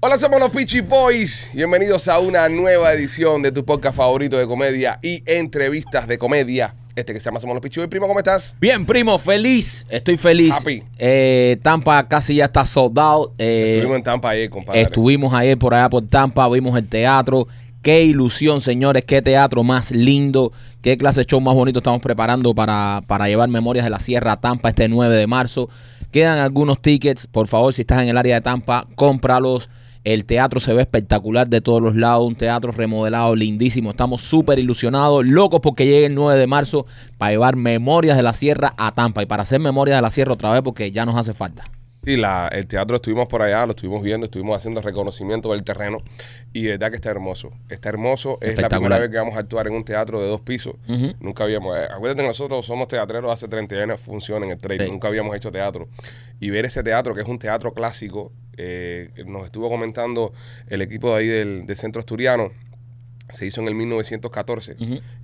Hola, somos los Peachy Boys. Bienvenidos a una nueva edición de tu podcast favorito de comedia y entrevistas de comedia. Este que se llama Somos los Peachy Boys. Primo, ¿cómo estás? Bien, primo, feliz. Estoy feliz. Happy. Eh, Tampa casi ya está Eh, soldado. Estuvimos en Tampa ayer, compadre. estuvimos ayer por allá por Tampa, vimos el teatro. Qué ilusión, señores, qué teatro más lindo, qué clase de show más bonito estamos preparando para, para llevar Memorias de la Sierra a Tampa este 9 de marzo. Quedan algunos tickets, por favor, si estás en el área de Tampa, cómpralos. El teatro se ve espectacular de todos los lados, un teatro remodelado, lindísimo. Estamos súper ilusionados, locos porque llegue el 9 de marzo para llevar Memorias de la Sierra a Tampa y para hacer Memorias de la Sierra otra vez porque ya nos hace falta. Sí, la, el teatro estuvimos por allá, lo estuvimos viendo, estuvimos haciendo reconocimiento del terreno y de verdad que está hermoso. Está hermoso, es la Espectacular. primera vez que vamos a actuar en un teatro de dos pisos. Nunca habíamos, eh, acuérdate que nosotros somos teatreros hace 30 años de función en el trade, Sí. nunca habíamos hecho teatro. Y ver ese teatro, que es un teatro clásico, eh, nos estuvo comentando el equipo de ahí del, del Centro Asturiano, se hizo en el 1914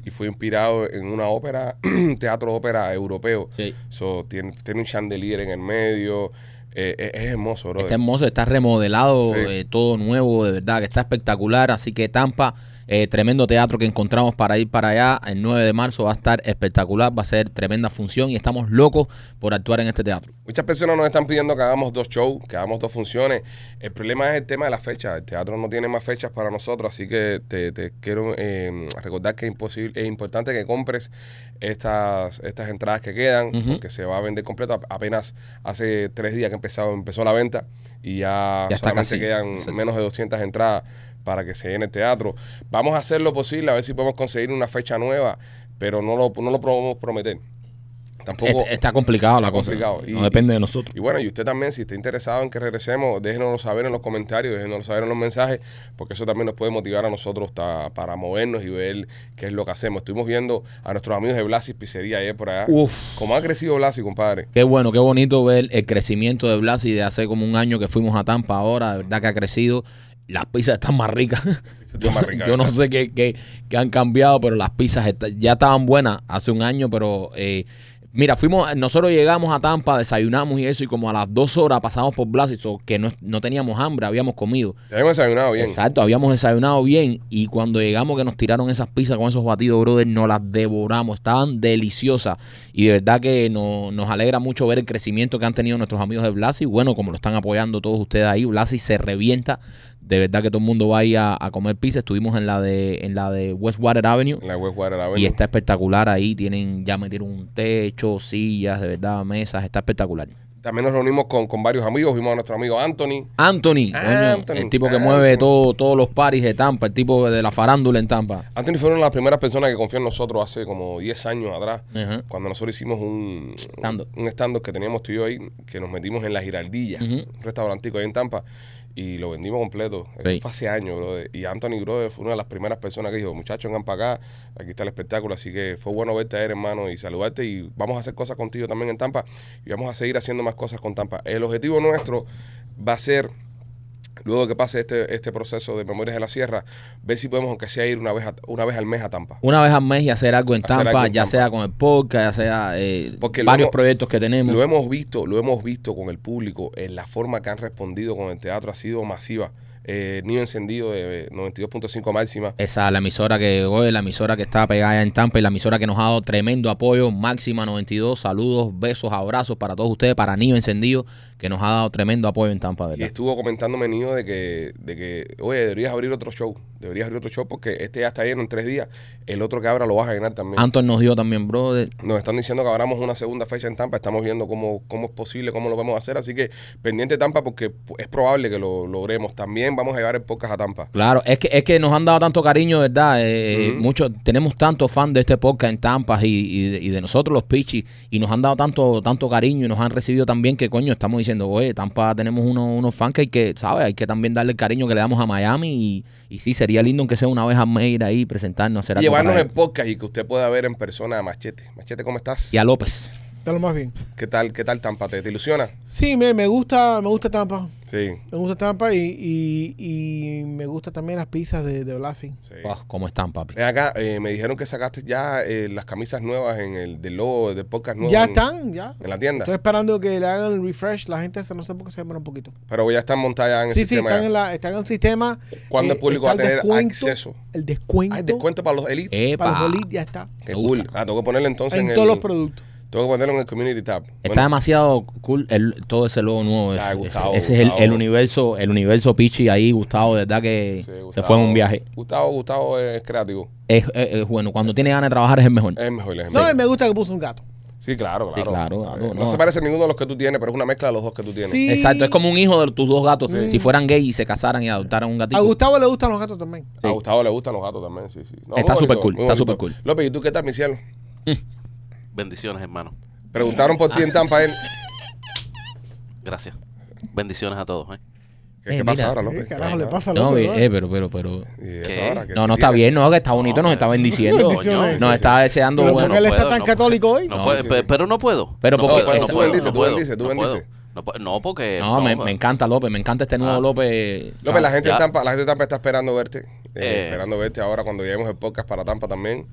y fue inspirado en una ópera, un teatro ópera europeo. Sí. So, tiene, tiene un chandelier en el medio. Eh, es, es hermoso, bro. Está hermoso, está remodelado, Sí. eh, todo nuevo, de verdad, que está espectacular. Así que Tampa, eh, tremendo teatro que encontramos para ir para allá. El 9 de marzo va a estar espectacular, va a ser tremenda función y estamos locos por actuar en este teatro. Muchas personas nos están pidiendo que hagamos dos shows, que hagamos dos funciones. El problema es el tema de las fechas. El teatro no tiene más fechas para nosotros, así que te, te quiero eh, recordar que es, imposible, es importante que compres estas, estas entradas que quedan, Ujú. porque se va a vender completo. Apenas hace tres días que empezó, empezó la venta y ya, Ya está solamente casi, quedan exacto. menos de 200 entradas para que se llene el teatro. Vamos a hacer lo posible, a ver si podemos conseguir una fecha nueva, pero no lo, no lo podemos prometer. Tampoco, Est- Este, está complicado la está cosa. complicado. No Y- depende de nosotros. y bueno, y usted también, si está interesado en que regresemos, déjenoslo saber en los comentarios, déjenoslo saber en los mensajes, porque eso también nos puede motivar a nosotros ta- para movernos y ver qué es lo que hacemos. Estuvimos viendo a nuestros amigos de Blasi Pizzería ayer por allá. Uf. Como ha crecido Blasi, compadre. Qué bueno, qué bonito ver el crecimiento de Blasi de hace como un año que fuimos a Tampa ahora, de verdad que ha crecido. Las pizzas están más ricas. están más ricas, Yo no ¿verdad? sé qué, qué- qué han cambiado, pero las pizzas está- ya estaban buenas hace un año, pero eh, mira, fuimos, nosotros llegamos a Tampa, desayunamos y eso, y como a las dos horas pasamos por Blasi, so que no, no teníamos hambre, habíamos comido. Ya hemos desayunado bien. Exacto, habíamos desayunado bien y cuando llegamos que nos tiraron esas pizzas con esos batidos, brother, nos las devoramos, estaban deliciosas y de verdad que no- nos alegra mucho ver el crecimiento que han tenido nuestros amigos de Blasi, bueno, como lo están apoyando todos ustedes ahí, Blasi se revienta, de verdad que todo el mundo va ahí a, a comer pizza, estuvimos en la de en la de Westwater Avenue En la Westwater Avenue. y está espectacular ahí, tienen ya metieron un techo, sillas, de verdad, mesas, está espectacular. También nos reunimos con, con varios amigos, vimos a nuestro amigo Anthony. Anthony, coño, Anthony, el tipo que Anthony. mueve todo, todos los paris de Tampa, el tipo de la farándula en Tampa. Anthony fue una de las primeras personas que confió en nosotros hace como 10 años atrás. Ajá. Cuando nosotros hicimos un Stand-up. un stand-up que teníamos tú y yo ahí, que nos metimos en la Giraldilla, Ujú. un restaurantico ahí en Tampa, y lo vendimos completo. Eso Sí. fue hace años, brother. Y Anthony, brother, fue una de las primeras personas que dijo, muchachos, vengan para acá, aquí está el espectáculo. Así que fue bueno verte ayer, hermano, y saludarte. Y vamos a hacer cosas contigo también en Tampa, y vamos a seguir haciendo más cosas con Tampa. El objetivo nuestro va a ser luego que pase este, este proceso de Memorias de la Sierra, ver si podemos, aunque sea ir una vez, a- una vez al mes a Tampa. Una vez al mes y hacer algo en Hacer Tampa, algo en ya Tampa. sea con el podcast, ya sea eh, Porque lo varios hemos- proyectos que tenemos. Lo hemos visto, lo hemos visto con el público, en la forma que han respondido con el teatro ha sido masiva. Eh, Niño Encendido eh, de 92.5 máxima. Esa la emisora que hoy, la emisora que está pegada en Tampa y la emisora que nos ha dado tremendo apoyo, Máxima 92, saludos, besos, abrazos para todos ustedes, para Niño Encendido, que nos ha dado tremendo apoyo en Tampa, Y este- ¿verdad? estuvo comentándome Niño de que, de que, oye, deberías abrir otro show. Deberías abrir otro show porque este ya está lleno en tres días. El otro que abra lo vas a llenar también. Anton nos dio también, brother. Nos están diciendo que abramos una segunda fecha en Tampa. Estamos viendo cómo, cómo es posible, cómo lo vamos a hacer. Así que pendiente Tampa porque es probable que lo logremos. También vamos a llevar el podcast a Tampa. Claro, es que, es que nos han dado tanto cariño, ¿verdad? Eh, Ujú. muchos, tenemos tantos fans de este podcast en Tampa y, y de- y de nosotros los Pichis, y nos han dado tanto, tanto cariño y nos han recibido también que coño, estamos diciendo, oye, Tampa tenemos uno- unos fans que hay que, ¿sabes? Hay que también darle el cariño que le damos a Miami y, y sí, sería lindo aunque sea una vez a Meir ahí, presentarnos, hacer Y algo para llevarnos el él. podcast y que usted pueda ver en persona a Machete. Machete, ¿cómo estás? Y a López. Está lo más bien. ¿Qué tal, qué tal Tampa? ¿Te, te ilusiona? Sí, me, me gusta, me gusta Tampa. Sí. Me gusta Tampa y, y, y me gusta también las pizzas de, de Blasi. sí. Oh, ¿Cómo están, papi? Ven acá, eh, me dijeron que sacaste ya eh, las camisas nuevas en el del logo del podcast nuevo. Ya en- están, ya. En la tienda. Estoy esperando que le hagan el refresh. La gente se, no sé por qué se demora un poquito. Pero ya están montadas en el Sí, sí, sistema. están ya. en, la, están en el sistema. Eh, ¿Cuándo el público está va a tener acceso? El descuento. Hay descuento para los elites. Epa. Para los bolit ya está. Qué Eh, Me gusta. cool. Ah, tengo que ponerlo entonces en en, todos el, los productos. Tengo que ponerlo en el community tab. Está Bueno, demasiado cool el- todo ese logo nuevo. Ah, ese- Gustavo, ese ese es el- el, Gustavo. universo, el universo Pichi ahí, Gustavo, de verdad que sí, se Gustavo- fue en un viaje. Gustavo, Gustavo es creativo. Es, es- es bueno, cuando tiene ganas de trabajar es el mejor. Es mejor, es No, mejor. y me gusta que puso un gato. sí, claro, Sí, claro. claro, claro, Eh, no, no. se parece a ninguno de los que tú tienes, pero es una mezcla de los dos que tú tienes. Sí. Exacto, es como un hijo de tus dos gatos. Si fueran gay y se casaran y adoptaran un A gatito. Gustavo le gustan los gatos también. A Gustavo le gustan los gatos también, sí, sí. No, Está muy bonito, súper cool, muy está bonito. súper cool. López, ¿y tú qué tal, mi cielo? Bendiciones, hermano. Preguntaron por ti en Tampa. él. Gracias. Bendiciones a todos. ¿eh? ¿Qué, Eh, qué pasa mira. ahora, ¿Qué López? carajo le pasa al No, hombre, eh, bro? eh, pero, pero, pero. ¿Y esto ¿Qué? ahora? ¿Qué- No, qué no está tienes? bien, no, que está bonito, nos está bendiciendo. Bendiciones. Nos está deseando Pero bueno. porque él está puedo, tan no católico hoy. No No, puedo, sí, pe- sí. pero no puedo. Pero no porque- puedo, tú no puedo, bendices, no tú puedo, bendices, tú no puedo. bendices. No, puedo, no, porque. No, me, Eh, no, me encanta López, me encanta este nuevo Ah. López. López, la gente, Ya. de Tampa, la gente de Tampa está esperando verte. eh, Eh. Esperando verte ahora cuando lleguemos el podcast para Tampa también.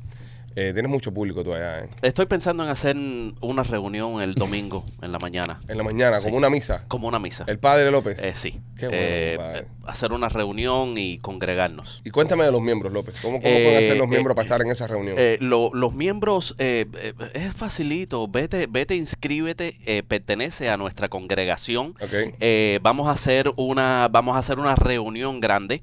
Eh, tienes mucho público tú allá, ¿eh? Estoy pensando en hacer una reunión el domingo en la mañana, En la mañana, como una misa. como una misa. El padre López. Eh, sí. Qué bueno, Eh, compadre. hacer una reunión y congregarnos. Y cuéntame de los miembros, López. ¿Cómo, cómo Eh, pueden hacer los eh, miembros para estar en esa reunión? Eh, lo- los miembros eh, eh, es facilito, vete, vete, inscríbete, eh, pertenece a nuestra congregación. ok. Eh, vamos a hacer una, vamos a hacer una reunión grande.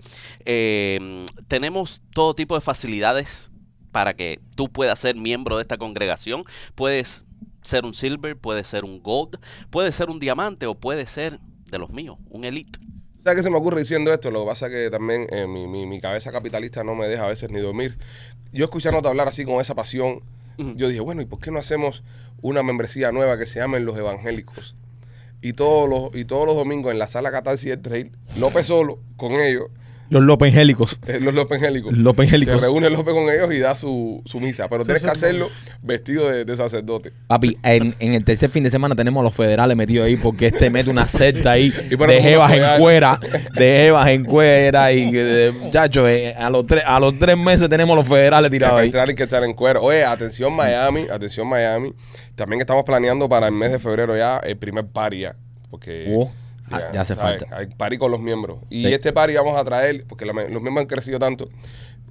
Eh, tenemos todo tipo de facilidades para que tú puedas ser miembro de esta congregación. Puedes ser un silver, puedes ser un gold, puedes ser un diamante o puedes ser de los míos, un elite. ¿Sabes qué se me ocurre diciendo esto? Lo que pasa es que también eh, mi, mi- mi cabeza capitalista no me deja a veces ni dormir. Yo escuchándote hablar así con esa pasión, Ujú. yo dije, bueno, ¿y por qué no hacemos una membresía nueva que se llamen los evangélicos? Y todos los, y todos los domingos en la sala Catarsis del Trail, López solo, con ellos, Los López Angélicos. eh, los López Angélicos. López Angélicos. Se reúne López con ellos y da su, su misa. Pero Sí, tienes sí, que sí. hacerlo vestido de, de sacerdote. Papi, en, en el tercer fin de semana tenemos a los federales metidos ahí porque este mete una secta ahí pone de como unos jevas en federales. cuera, de jevas en cuera y eh, muchachos, eh, a los tres, a los tres meses tenemos a los federales tirados Hay que ahí. entrar y que estar en cuero. Oye, Mm. atención Miami, atención Miami. También estamos planeando para el mes de febrero ya el primer party ya. Porque Oh, ah, ya hace sabes, falta. Hay party con los miembros. Y Sí. este party vamos a traer, porque la- los miembros han crecido tanto.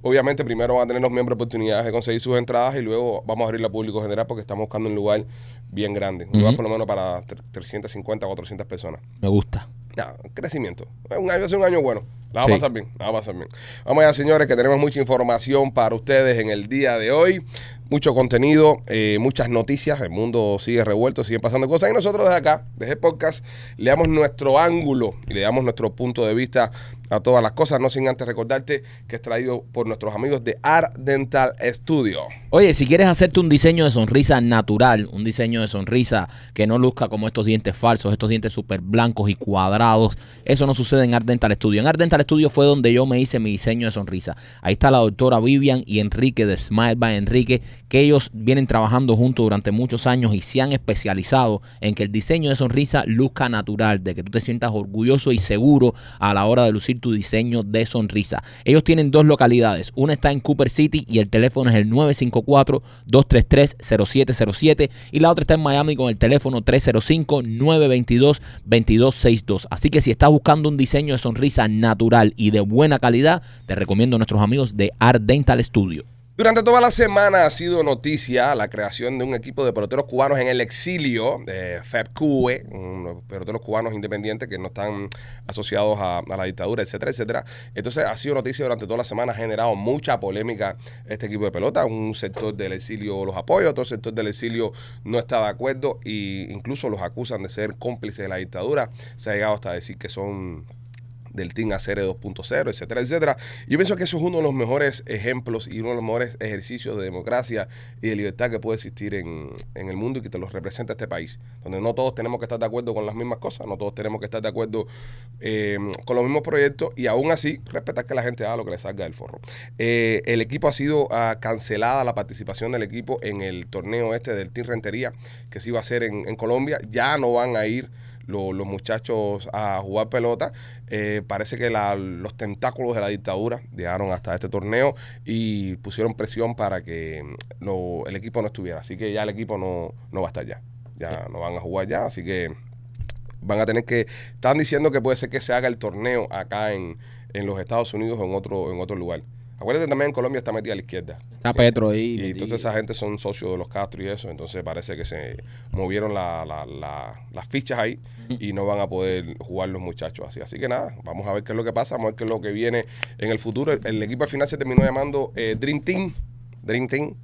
Obviamente primero van a tener los miembros oportunidades de conseguir sus entradas y luego vamos a abrirla al público general porque estamos buscando un lugar bien grande. Un lugar Ujú. por lo menos para tre- 350, 400 personas. Me gusta. Nada, crecimiento. Un año es un año bueno. La va Sí. a pasar bien, la va a pasar bien. Vamos allá, señores, que tenemos mucha información para ustedes en el día de hoy. Mucho contenido, eh, muchas noticias. El mundo sigue revuelto, siguen pasando cosas. Y nosotros desde acá, desde el podcast, le damos nuestro ángulo y le damos nuestro punto de vista a todas las cosas. No sin antes recordarte que es traído por nuestros amigos de Art Dental Studio. Oye, si quieres hacerte un diseño de sonrisa natural, un diseño de sonrisa que no luzca como estos dientes falsos, estos dientes súper blancos y cuadrados, eso no sucede en Art Dental Studio. En Art Dental Studio fue donde yo me hice mi diseño de sonrisa. Ahí está la doctora Vivian y Enrique de Smile by Enrique, que ellos vienen trabajando juntos durante muchos años y se han especializado en que el diseño de sonrisa luzca natural, de que tú te sientas orgulloso y seguro a la hora de lucir tu diseño de sonrisa. Ellos tienen dos localidades, una está en Cooper City y el teléfono es el 954-233-0707 y la otra está en Miami con el teléfono 305-922-2262. Así que si estás buscando un diseño de sonrisa natural y de buena calidad, te recomiendo a nuestros amigos de Art Dental Studio. Durante toda la semana ha sido noticia la creación de un equipo de peloteros cubanos en el exilio, de FEPCUE, unos peloteros cubanos independientes que no están asociados a, a la dictadura, etcétera, etcétera. Entonces ha sido noticia durante toda la semana, ha generado mucha polémica este equipo de pelota. Un sector del exilio los apoya, otro sector del exilio no está de acuerdo e incluso los acusan de ser cómplices de la dictadura. Se ha llegado hasta decir que son del Team Acere 2.0, etcétera, etcétera. Yo pienso que eso es uno de los mejores ejemplos y uno de los mejores ejercicios de democracia y de libertad que puede existir en, en el mundo y que te los representa este país, donde no todos tenemos que estar de acuerdo con las mismas cosas, no todos tenemos que estar de acuerdo eh, con los mismos proyectos y aún así respetar que la gente haga lo que le salga del forro. Eh, el equipo ha sido ah, cancelada la participación del equipo en el torneo este del Team Rentería que se iba a hacer en, en Colombia. Ya no van a ir lo- los muchachos a jugar pelota. Eh, parece que la- los tentáculos de la dictadura llegaron hasta este torneo y pusieron presión para que mm, lo- el equipo no estuviera. Así que ya el equipo no, no va a estar ya. Ya no van a jugar ya. Así que van a tener que. Están diciendo que puede ser que se haga el torneo acá en, en los Estados Unidos o en otro, en otro lugar. Acuérdate también en Colombia está metida a la izquierda. Está Petro ahí. Y entonces metido. esa gente son socios de los Castro y eso, entonces parece que se movieron la- la- la- las fichas ahí y no van a poder jugar los muchachos así. Así que nada, vamos a ver qué es lo que pasa, vamos a ver qué es lo que viene en el futuro. El, el equipo al final se terminó llamando eh, Dream Team, Dream Team,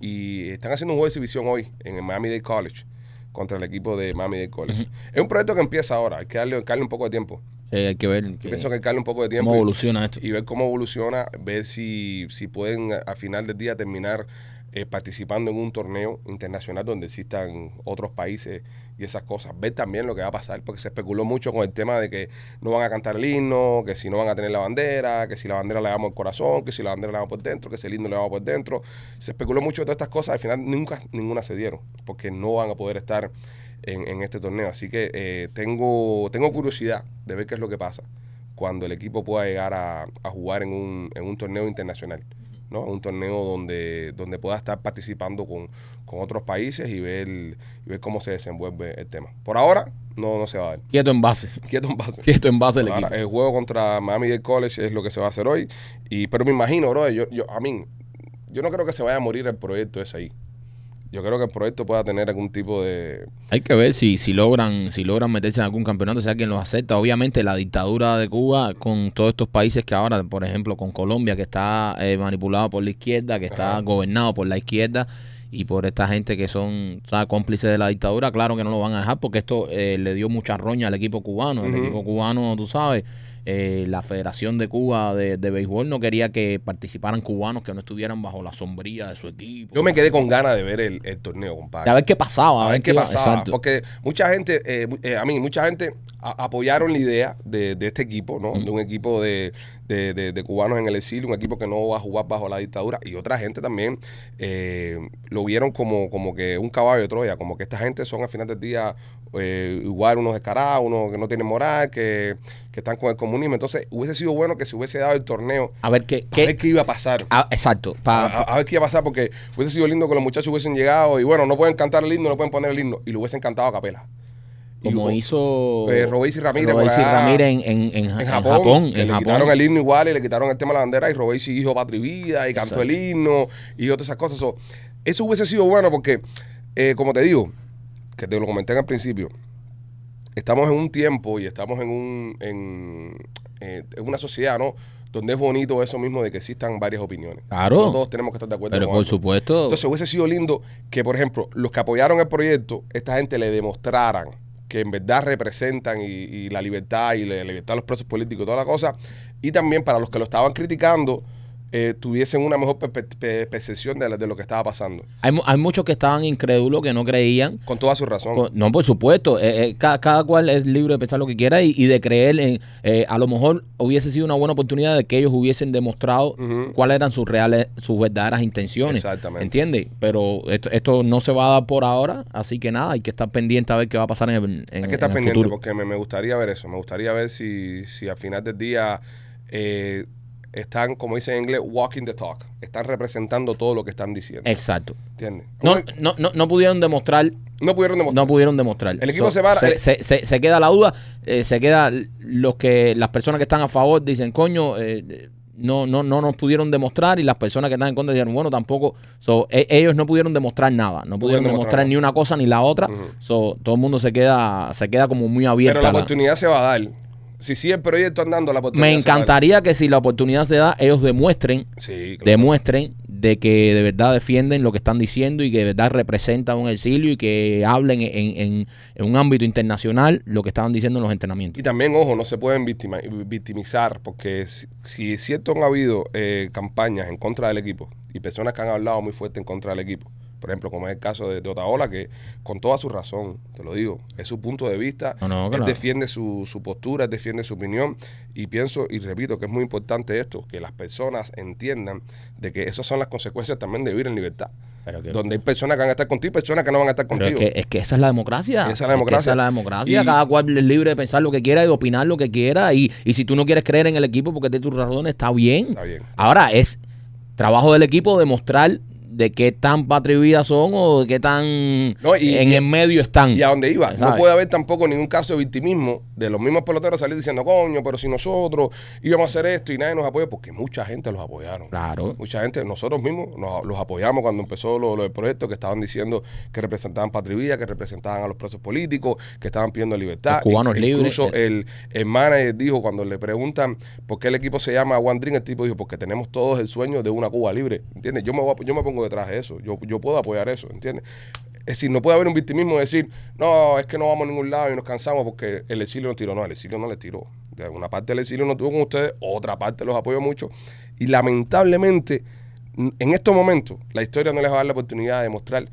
y están haciendo un juego de exhibición hoy en el Miami Dade College contra el equipo de Miami Dade College. Es un proyecto que empieza ahora, hay que darle, darle un poco de tiempo. Sí, hay que ver Yo que- pienso que hay que darle un poco de tiempo. cómo y- evoluciona esto. y ver cómo evoluciona, ver si, si pueden a- a final del día terminar eh, participando en un torneo internacional donde existan otros países y esas cosas. Ver también lo que va a pasar, porque se especuló mucho con el tema de que no van a cantar el himno, que si no van a tener la bandera, que si la bandera le damos el corazón, que si la bandera le damos por dentro, que si el himno le damos por dentro. Se especuló mucho de todas estas cosas, al final nunca ninguna se dieron, porque no van a poder estar en, en este torneo. Así que eh, tengo, tengo curiosidad de ver qué es lo que pasa cuando el equipo pueda llegar a, a jugar en un, en un torneo internacional, ¿no? Un torneo donde, donde pueda estar participando con, con otros países y ver, y ver cómo se desenvuelve el tema. Por ahora, no, no se va a dar. Quieto en base. Quieto en base. Quieto en base el Ahora, equipo. el juego contra Miami Dade College es lo que se va a hacer hoy. Y, pero me imagino, bro, yo, yo, a mí, yo no creo que se vaya a morir el proyecto ese ahí. Yo creo que el proyecto pueda tener algún tipo de, Hay que ver si, si logran si logran meterse en algún campeonato, sea quien los acepta. Obviamente la dictadura de Cuba con todos estos países que ahora, por ejemplo, con Colombia, que está eh, manipulado por la izquierda, que está Ajá. gobernado por la izquierda y por esta gente que son ¿sabes? cómplices de la dictadura, claro que no lo van a dejar porque esto eh, le dio mucha roña al equipo cubano. El Ujú. equipo cubano, tú sabes, eh, la Federación de Cuba de, de Béisbol no quería que participaran cubanos que no estuvieran bajo la sombría de su equipo. Yo me quedé con ganas de ver el, el torneo, De compadre. a ver qué pasaba, a ver qué iba- pasaba. exacto. Porque mucha gente, eh, mu- eh, a mí, mucha gente a- apoyaron la idea de, de este equipo, ¿no? Mm. De un equipo de, de- de- de cubanos en el exilio, un equipo que no va a jugar bajo la dictadura. Y otra gente también eh, lo vieron como, como que un caballo de Troya, como que esta gente son al final del día eh, igual unos descarados, unos que no tienen moral, que, que están con el comunismo. Entonces, hubiese sido bueno que se hubiese dado el torneo. A ver qué, A qué- ver qué iba a pasar. Ah, exacto. A, pa- a- a ver qué iba a pasar, porque hubiese sido lindo que los muchachos hubiesen llegado y bueno, no pueden cantar el himno, no pueden poner el himno, y lo hubiesen cantado a capela. Ah, Y como hubo- hizo eh, Robeysi Ramírez Robeysi por allá Ramírez en, en- en- en en Japón, Japón. que en le Japón. quitaron el himno igual y le quitaron el tema de la bandera y Robey sí hizo Patria y Vida y cantó Exacto. el himno y otras esas cosas. So, eso hubiese sido bueno porque, eh, como te digo, que te lo comenté al principio, estamos en un tiempo y estamos en, un, en, eh, en una sociedad, ¿no? Donde es bonito eso mismo de que existan varias opiniones. Claro. No todos tenemos que estar pues, de acuerdo Pero con por algo. supuesto, Entonces hubiese sido lindo que, por ejemplo, los que apoyaron el proyecto, esta gente le demostraran que en verdad representan y, y la libertad y la libertad de los presos políticos y toda la cosa. Y también para los que lo estaban criticando, eh, tuviesen una mejor perpe- pe- percepción de, la- de lo que estaba pasando. hay, mu- hay muchos que estaban incrédulos, que no creían. Con toda su razón. Con- No, por supuesto. eh, eh, ca- cada, cual es libre de pensar lo que quiera y, y de creer en... eh, a lo mejor hubiese sido una buena oportunidad de que ellos hubiesen demostrado Ujú. cuáles eran sus reales, sus verdaderas intenciones. Exactamente. ¿Entiendes? Pero esto, esto no se va a dar por ahora, así que nada, hay que estar pendiente a ver qué va a pasar en el, en, Hay en que estar el pendiente futuro. porque me, me gustaría ver eso. Me gustaría ver si, si al final del día eh, están, como dicen en inglés, walking the talk. Están representando todo lo que están diciendo. Exacto. ¿Entiendes? Eh, No, Aún no, no, no pudieron demostrar no pudieron demostrar. no pudieron demostrar. El equipo se va- Se, el- se- se- se queda la duda, eh, se queda los que las personas que están a favor dicen, coño, eh, no, no, no nos pudieron demostrar y las personas que están en contra dijeron, bueno, tampoco, so, e- ellos no pudieron demostrar nada, no pudieron demostrar demostrar ni una cosa ni la otra, Ujú. so, todo el mundo se queda, se queda como muy abierta. Pero la a la- oportunidad se va a dar. Si sigue el proyecto andando, la oportunidad Me se va a dar. encantaría que si la oportunidad se da, ellos demuestren, Sí, claro. demuestren de que de verdad defienden lo que están diciendo y que de verdad representan un exilio y que hablen en, en- en un ámbito internacional lo que estaban diciendo en los Y entrenamientos. también, ojo, no se pueden victima- victimizar, porque si, si es cierto han habido eh, campañas en contra del equipo y personas que han hablado muy fuerte en contra del equipo, por ejemplo, como es el caso de, de Otaola, que con toda su razón, te lo digo, es su punto de vista, No, no, él claro. defiende su, su postura, él defiende su opinión, y pienso y repito que es muy importante esto, que las personas entiendan de que esas son las consecuencias también de vivir en libertad, Pero que- donde hay personas que van a estar contigo y personas que no van a estar Pero es contigo. que, es que esa es la democracia. Esa es la que democracia. esa es la democracia. Y- Cada cual es libre de pensar lo que quiera y de opinar lo que quiera. Y, y si tú no quieres creer en el equipo porque te tus razones, está bien. Está bien. Ahora es trabajo del equipo demostrar de qué tan patrividas son o de qué tan No, y- en y- el medio están. Y a donde iba, no Mm. ¿Sabes? puede haber tampoco ningún caso de victimismo de los mismos peloteros salir diciendo, coño, pero si nosotros íbamos a hacer esto y nadie nos apoyó, porque mucha gente los apoyaron. Claro. Mucha gente, nosotros mismos nos- los apoyamos cuando empezó lo, lo del proyecto, que estaban diciendo que representaban Patria y Vida, que representaban a los presos políticos, que estaban pidiendo libertad. Los cubanos Inc- libres. eh. Incluso el, el manager dijo, cuando le preguntan por qué el equipo se llama One Dream, el tipo dijo, porque tenemos todos el sueño de una Cuba libre. ¿Entiendes? Yo me, voy a- yo me pongo detrás de eso, yo, yo puedo apoyar eso, ¿entiendes? Es decir, no puede haber un victimismo de decir, no, es que no vamos a ningún lado y nos cansamos porque el exilio nos tiró. No, el exilio no le tiró. De una parte el exilio no tuvo con ustedes, otra parte los apoyó mucho. Y lamentablemente, n- en estos momentos, la historia no les va a dar la oportunidad de mostrar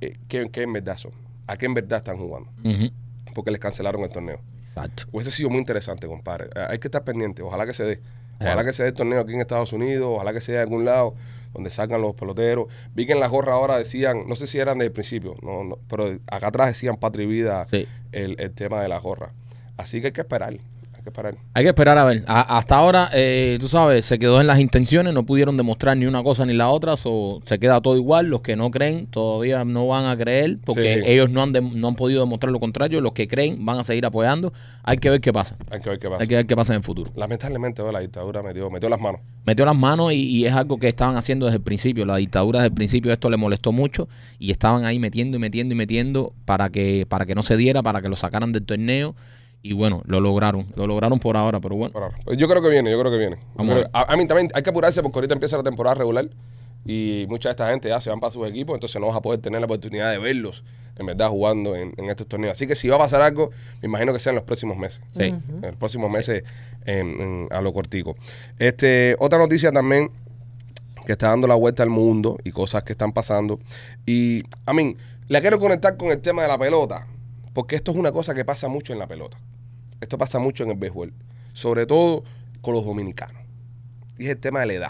eh, qué, qué en verdad son, a qué en verdad están jugando, Ujú. porque les cancelaron el torneo. Exacto. Hubiese sido muy interesante, compadre. Eh, Hay que estar pendiente. Ojalá que se dé. Claro. Ojalá que se dé el torneo aquí en Estados Unidos. Ojalá que sea en algún lado donde salgan los peloteros. Vi que en la gorra ahora decían, no sé si eran del principio, no, no, pero acá atrás decían Patria y Vida Sí. el, el tema de la gorra. Así que hay que esperar. Hay que esperar. Hay que esperar a ver. A- hasta ahora, eh, tú sabes, se quedó en las intenciones, no pudieron demostrar ni una cosa ni la otra, so, se queda todo igual. Los que no creen todavía no van a creer porque Sí. ellos no han, dem- no han podido demostrar lo contrario. Los que creen van a seguir apoyando. Hay que ver qué pasa. Hay que ver qué pasa. Hay que ver qué pasa en el futuro. Lamentablemente, oh, la dictadura metió, metió las manos. metió las manos y, y es algo que estaban haciendo desde el principio. La dictadura desde el principio esto le molestó mucho y estaban ahí metiendo y metiendo y metiendo para que, para que no se diera, para que lo sacaran del torneo. Y bueno, lo lograron, lo lograron por ahora, pero bueno. Por ahora. Pues Yo creo que viene, yo creo que viene. Vamos a Pero ver. a, a mí también hay que apurarse porque ahorita empieza la temporada regular y mucha de esta gente ya se van para sus equipos, entonces no vas a poder tener la oportunidad de verlos en verdad jugando en, en estos torneos. Así que si va a pasar algo, me imagino que sea en los próximos meses. Sí. En los próximos meses eh, en- en- a lo cortico. Este, otra noticia también que está dando la vuelta al mundo y cosas que están pasando. Y, a mí, la quiero conectar con el tema de la pelota, porque esto es una cosa que pasa mucho en la pelota. Esto pasa mucho en el béisbol, sobre todo con los dominicanos. Y es el tema de la edad.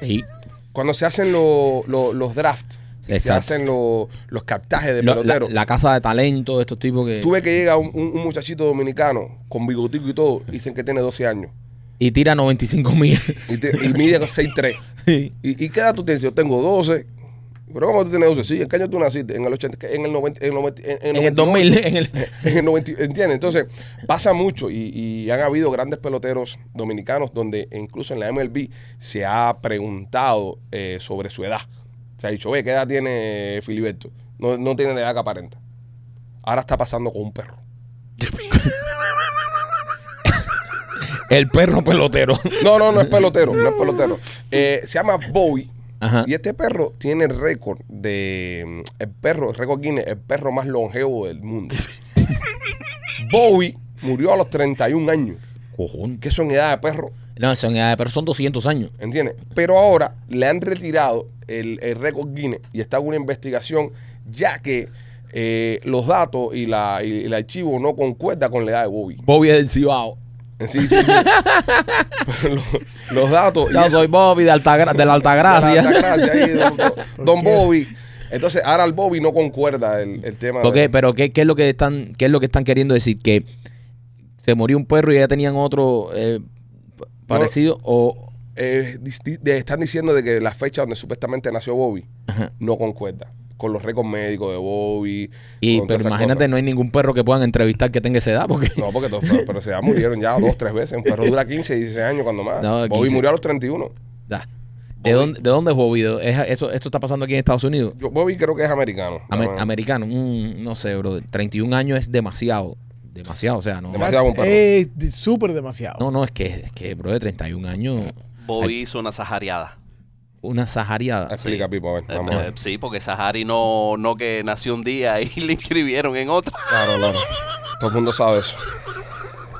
Sí. Cuando se hacen lo- lo- los drafts, y se Exacto. hacen lo- los captajes de Lo- la, peloteros. la casa de talento de estos tipos que... Tú ves que llega un, un- un muchachito dominicano con bigotico y todo, dicen que tiene 12 años Y tira 95 mil. y, te- y mide 6'3. Sí. ¿Y, ¿Y qué edad tú tienes? Yo tengo 12. ¿Pero cómo tú tienes 12? Sí, ¿en qué año tú naciste? En el 80, ¿qué? en el 90, en el 90, en, En el 2000, en el- en el 90, ¿entiendes? Entonces, pasa mucho y, y han habido grandes peloteros dominicanos donde incluso en la MLB se ha preguntado eh, sobre su edad. Se ha dicho, oye, ¿qué edad tiene Filiberto? No, no tiene la edad que aparenta. Ahora está pasando con un perro. el perro pelotero. No, no, no es pelotero, no es pelotero. Eh, se llama Bowie. Ajá. Y este perro tiene el récord de. mm, El perro, el récord Guinness, el perro más longevo del mundo. Bowie murió a los 31 años, Cojón. que son edad de perro, No, son, eh, pero son 200 años. ¿entiendes? Pero ahora le han retirado el, el récord Guinness y está en una investigación, ya que eh, los datos y, la, y el archivo no concuerda con la edad de Bowie. Bobby es del Cibao. Sí, sí, sí. Pero los, los datos. y Yo eso- soy Bobby de, Altagra- de la Altagracia. Gracias, don, ¿Por don qué? Bobby. Entonces, ahora al Bobby no concuerda el, el tema. Ok, de- pero ¿qué, qué es lo que están, qué es lo que están queriendo decir? ¿Que se murió un perro y ya tenían otro eh, pa- parecido? O, Eh, dis- di- de- están diciendo de que la fecha donde supuestamente nació Bobby Ajá. no concuerda con los récords médicos de Bobby. y, con todas pero esas imagínate, cosas. no hay ningún perro que puedan entrevistar que tenga esa edad, porque No, porque todos, pero, pero se ya murieron ya dos, tres veces. Un perro dura 15, 16 años cuando más. No, Bobby 15. murió a los 31. Ya. ¿De, dónde, ¿de dónde es Bobby? ¿De- es- eso, ¿Esto está pasando aquí en Estados Unidos? Yo- Bobby creo que es americano. Ame- Nada más. americano, mm, no sé, bro. 31 años es demasiado. Demasiado, o sea, no. Demasiado, compadre. Es súper demasiado. No, no, es que, es que, bro, de 31 años. Bobby hizo una sajariada. Una sajariada. Explica, Pipo, a ver, Eh, vamos a eh, ver. sí, porque Sahari no, no que nació un día y le inscribieron en otra. Claro, claro. Todo el mundo sabe eso.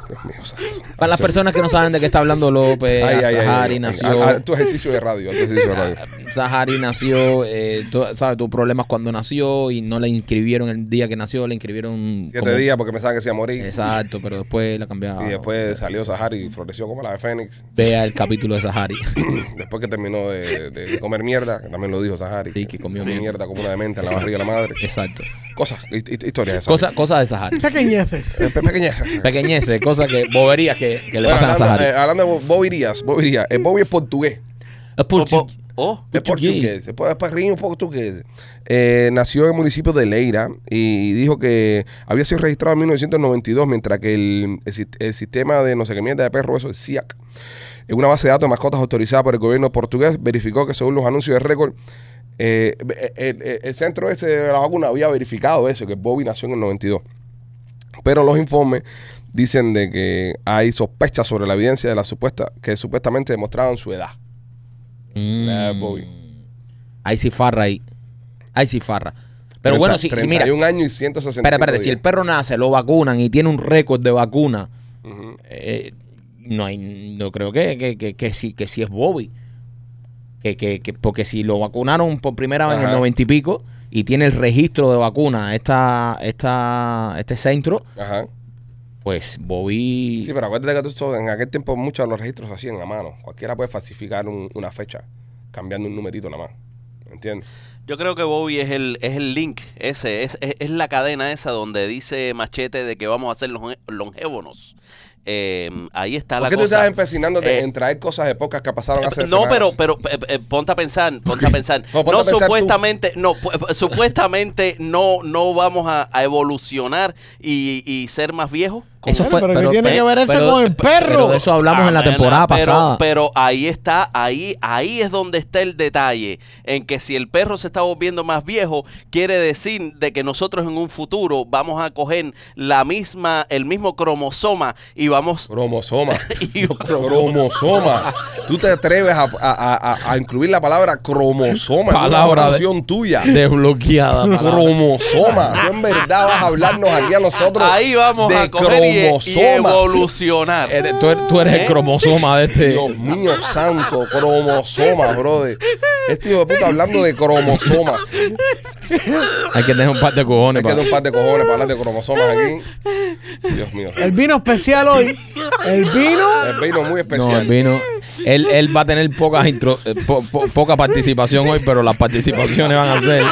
Dios mío, santo. Para las personas que no saben de qué está hablando López, Ay, ay, ay, Eh, Sahari ay. nació. Ah, ah, tu ejercicio de radio, haz tu ejercicio de radio. Sahari nació, eh, tú- ¿sabes? Tuvo problemas cuando nació y no le inscribieron el día que nació, le inscribieron. Siete como- Eh, días porque pensaba que se iba a morir. Exacto, pero después la cambiaron. Y después salió Sahari y floreció como la de Fénix. Vea el capítulo de Sahari. Después que terminó de, de comer mierda, que también lo dijo Sahari. Sí, que comió Fue mierda. mierda como una demente en la barriga de la madre. Exacto. Cosas, hi- hi- historias de Sahari. Cosas cosas de Sahari. Pequeñeces. Pe- pequeñas. Pequeñeces, cosas que, boberías que, que le Bueno, pasan a hablando, eh, Sahari. hablando de Bo- Bobby Díaz, Bobby Díaz, el Bobby eh, es portugués. Es por- Oh, oh, Es portugués, es por- es parriño portugués. Eh, nació en el municipio de Leira y dijo que había sido registrado en 1992, mientras que el, el sis- el sistema de no sé qué mierda de perro, eso es SIAC, en una base de datos de mascotas autorizada por el gobierno portugués, verificó que según los anuncios de récord, eh, el, el- el centro este de la vacuna había verificado eso, que Bobby nació en el 92. Pero los informes dicen de que hay sospechas sobre la evidencia de la supuesta que supuestamente demostraban su edad. Mm. La de Bobby. Ahí sí farra ahí. Ahí sí farra. Pero bueno, sí, y mira, 31 años y 165 espera, espera, si el días. perro nace, lo vacunan y tiene un récord de vacuna, Ujú. eh, no hay, no creo que, que, que, que sí, que sí es Bobby. Que, que, que- porque si lo vacunaron por primera vez en el Ajá. noventa y pico y tiene el registro de vacuna esta, esta, este centro, Ajá. pues Bobby... Sí, pero acuérdate que tú sabes, en aquel tiempo muchos de los registros se hacían a mano. Cualquiera puede falsificar un- una fecha cambiando un numerito nada más. ¿Entiendes? Yo creo que Bobby es el, es el link, ese, es, es- es la cadena esa donde dice Machete de que vamos a ser longe- longévonos. Eh, ahí está ¿Por la qué tú cosa. estás empecinándote Eh, en traer cosas de pocas que pasaron hace No, semanas? pero, pero eh, eh, ponte a pensar, ponte a pensar. No, No, ponte a pensar tú. supuestamente, no, pu- eh, pu- supuestamente no, no vamos a, a evolucionar y, y ser más viejos. Con- Eso fue, Bueno, pero ¿qué tiene que ver eso con el perro? Pero de eso hablamos Ah, en la bueno, temporada pero- pasada. Pero ahí está, ahí, ahí es donde está el detalle. En que si el perro se está volviendo más viejo, quiere decir de que nosotros en un futuro vamos a coger la misma, el mismo cromosoma y vamos Cromosoma. y- cromosoma. Tú te atreves a, a- a- a- a incluir la palabra cromosoma en Palabra una de- oración tuya. Desbloqueada. palabra. Cromosoma. Tú en verdad vas a hablarnos aquí a nosotros Ahí vamos de a coger y- cromosomas. y, evolucionar. Eres- tú, eres, tú eres el ¿Eh? cromosoma de este. Dios mío santo, cromosomas, brother. Este hijo de puta hablando de cromosomas. Hay que tener un par de cojones. Me pa- queda un par de cojones para hablar de cromosomas aquí. Dios mío. El vino especial hoy. El vino. El vino muy especial. No, el vino. Él, él va a tener pocas intro- eh, po- po- poca participación hoy, pero las participaciones van a ser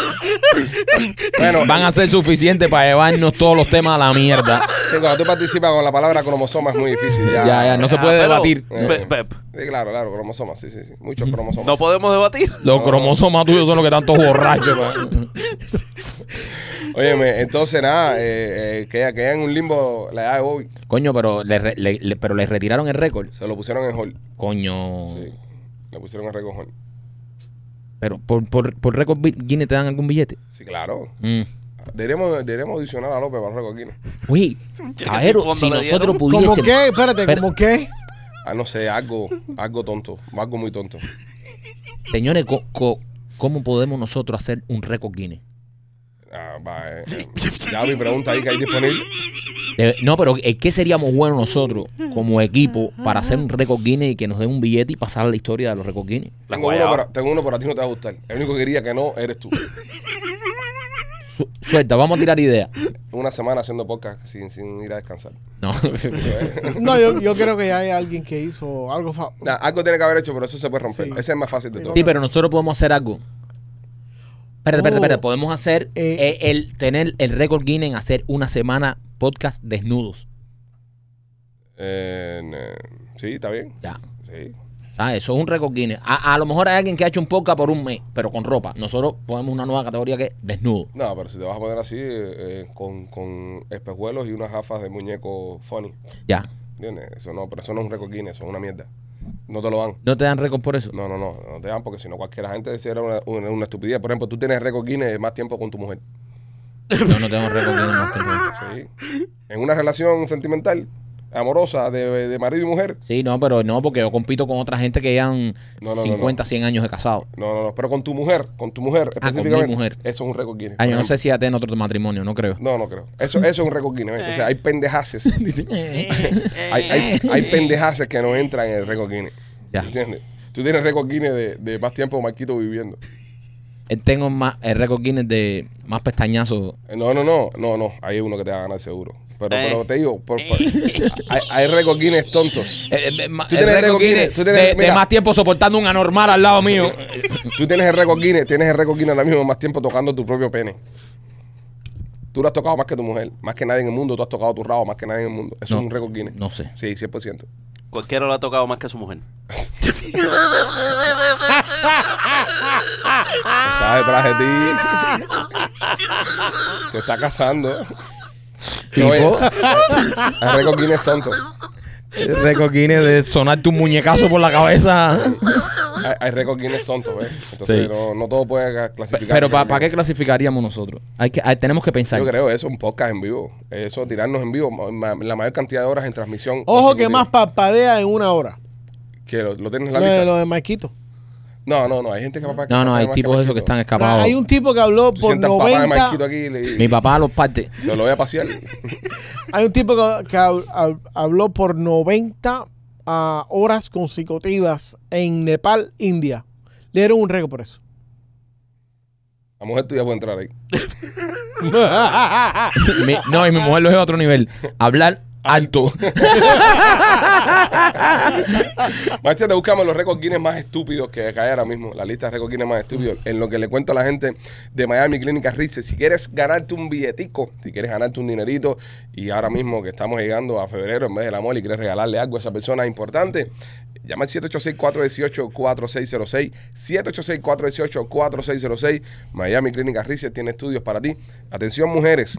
Bueno, van a ser suficientes para llevarnos todos los temas a la mierda. sí, cuando tú participas con la palabra cromosoma es muy difícil. Ya, Ya, ya, no se Ah, puede pero- debatir. Pe- pe- Sí, claro, claro, cromosomas, sí, sí, sí. Mm, Muchos cromosomas. no podemos debatir. Los cromosomas tuyos son los que están todos borrachos. pues. pa. Óyeme, entonces nada, eh, eh, queda, queda en un limbo la edad de Bobby. Coño, pero le, re- le- le- pero le retiraron el récord. Se lo pusieron en hold. Coño. Sí. Le pusieron en récord hold. Pero por, por, por récord Bi- Guinness te dan algún billete. Sí, claro. Mm. Deberíamos, deberíamos adicionar a López para el récord Guinness. Uy, que cabero, fondo si le nosotros dieron. ¿Cómo pudiésemos. qué? Espérate, Espera. ¿cómo qué? Ah, no sé, algo, algo tonto, algo muy tonto. Señores, co- co- ¿cómo podemos nosotros hacer un récord Guinness? Ah, va, eh, eh, ya mi pregunta ahí que hay disponible. De- no, pero ¿en qué seríamos buenos nosotros como equipo para hacer un récord Guinness y que nos den un billete y pasar a la historia de los récord Guinness? La Tengo uno, guayaba. para, tengo uno para ti, no te va a gustar. El único que quería que no eres tú. Su- suelta, vamos a tirar ideas. Una semana haciendo podcast sin, sin ir a descansar. No, No, yo, yo creo que ya hay alguien que hizo algo. fa- Nah, algo tiene que haber hecho, pero eso se puede romper. Sí. Ese es más fácil de todo. sí, pero nosotros podemos hacer algo. Espérate, espérate, Oh. espérate. Podemos hacer Eh. eh, el, tener el récord Guinness en hacer una semana podcast desnudos. Eh, eh, sí, está bien. Ya. Sí. Ah, eso es un récord Guinness. A, a lo mejor hay alguien que ha hecho un podcast por un mes, pero con ropa. Nosotros ponemos una nueva categoría que es desnudo. No, pero si te vas a poner así, eh, eh, con, con espejuelos y unas gafas de muñeco funny. Ya. ¿Entiendes? Eso no, pero eso no es un récord Guinness, eso es una mierda. No te lo dan. ¿No te dan récord por eso? No, no, no, no te dan porque si no cualquier gente hiciera una, una, una estupidez. Por ejemplo, tú tienes récord Guinness de más tiempo con tu mujer. Yo no tengo récord Guinness. no tengo. Sí. En una relación sentimental, amorosa de, de marido y mujer. Sí, no, pero no, porque yo compito con otra gente que llevan No, no, no, 50, 100 años de casado. No, no, no, pero con tu mujer, con tu mujer Ah, mi específicamente. mujer. Eso es un récord Guinness. Ah, por yo no ejemplo. sé si ya tienen otro matrimonio, no creo. No, no creo. Eso, eso es un récord Guinness. ¿ves? Entonces hay pendejaces. eh, hay, hay, hay pendejaces que no entran en el récord Guinness. Eh. Ya. ¿Entiendes? Tú tienes récord Guinness de, de más tiempo Marquito viviendo. Él Eh, tengo más, el récord Guinness de más pestañazos. Eh, No, no, no, no, no. Hay uno que te va a ganar seguro. Pero, Eh. pero te digo, por- por- hay, hay récord Guinness tontos. Eh, eh, eh, ma- Tú El, tienes récord récord Guinness Guinness, tú tienes- de- de, mira. más tiempo soportando un anormal al lado mío. Eh, Tú tienes el récord Guinness, tienes el récord Guinness ahora mismo más tiempo tocando tu propio pene. Tú lo has tocado más que tu mujer, más que nadie en el mundo. Tú has tocado tu rabo más que nadie en el mundo. Eso No, es un récord Guinness. no sé. Sí, 100%. Cualquiera lo ha tocado más que su mujer. Está detrás de ti. Te está casando. Tipo. Oye, el récord Guinness tonto. El récord Guinness de sonarte un muñecazo por la cabeza. Hay, hay récord Guinness tonto, ¿ves? Entonces Sí. no, no todo puede ca- Pe- clasificar. Pero ¿para qué clasificaríamos nosotros? Hay que, hay- tenemos que pensar. Yo creo eso, un podcast en vivo. Eso, tirarnos en vivo ma- ma- la mayor cantidad de horas en transmisión. Ojo que consecutiva. más parpadea en una hora. Que lo, lo tienes en Lo la de, lista. lo de Marquito. No, no, no. Hay gente que papá. No, no, papá hay más tipos de esos que Marquito. están escapados. Hay un tipo que habló Tú por sientas papá de Marquito 90. aquí y le- Mi papá los parte. se lo voy a pasear. Hay un tipo que, que hab- hab- habló por 90 ah, horas consecutivas en Nepal, India. Le dieron un récord por eso. La mujer tuya puede entrar ahí. Mi- no, y mi mujer lo es a otro nivel. Hablar alto. Machete, buscamos los récords Guinness más estúpidos que hay ahora mismo. La lista de récords Guinness más estúpidos. En lo que le cuento a la gente de Miami Clínica Rice. Si quieres ganarte un billetico, si quieres ganarte un dinerito, y ahora mismo que estamos llegando a febrero en vez del amor y quieres regalarle algo a esa persona importante, llama al 786-418-4606. 786-418-4606. Miami Clínica Rice tiene estudios para ti. Atención, mujeres.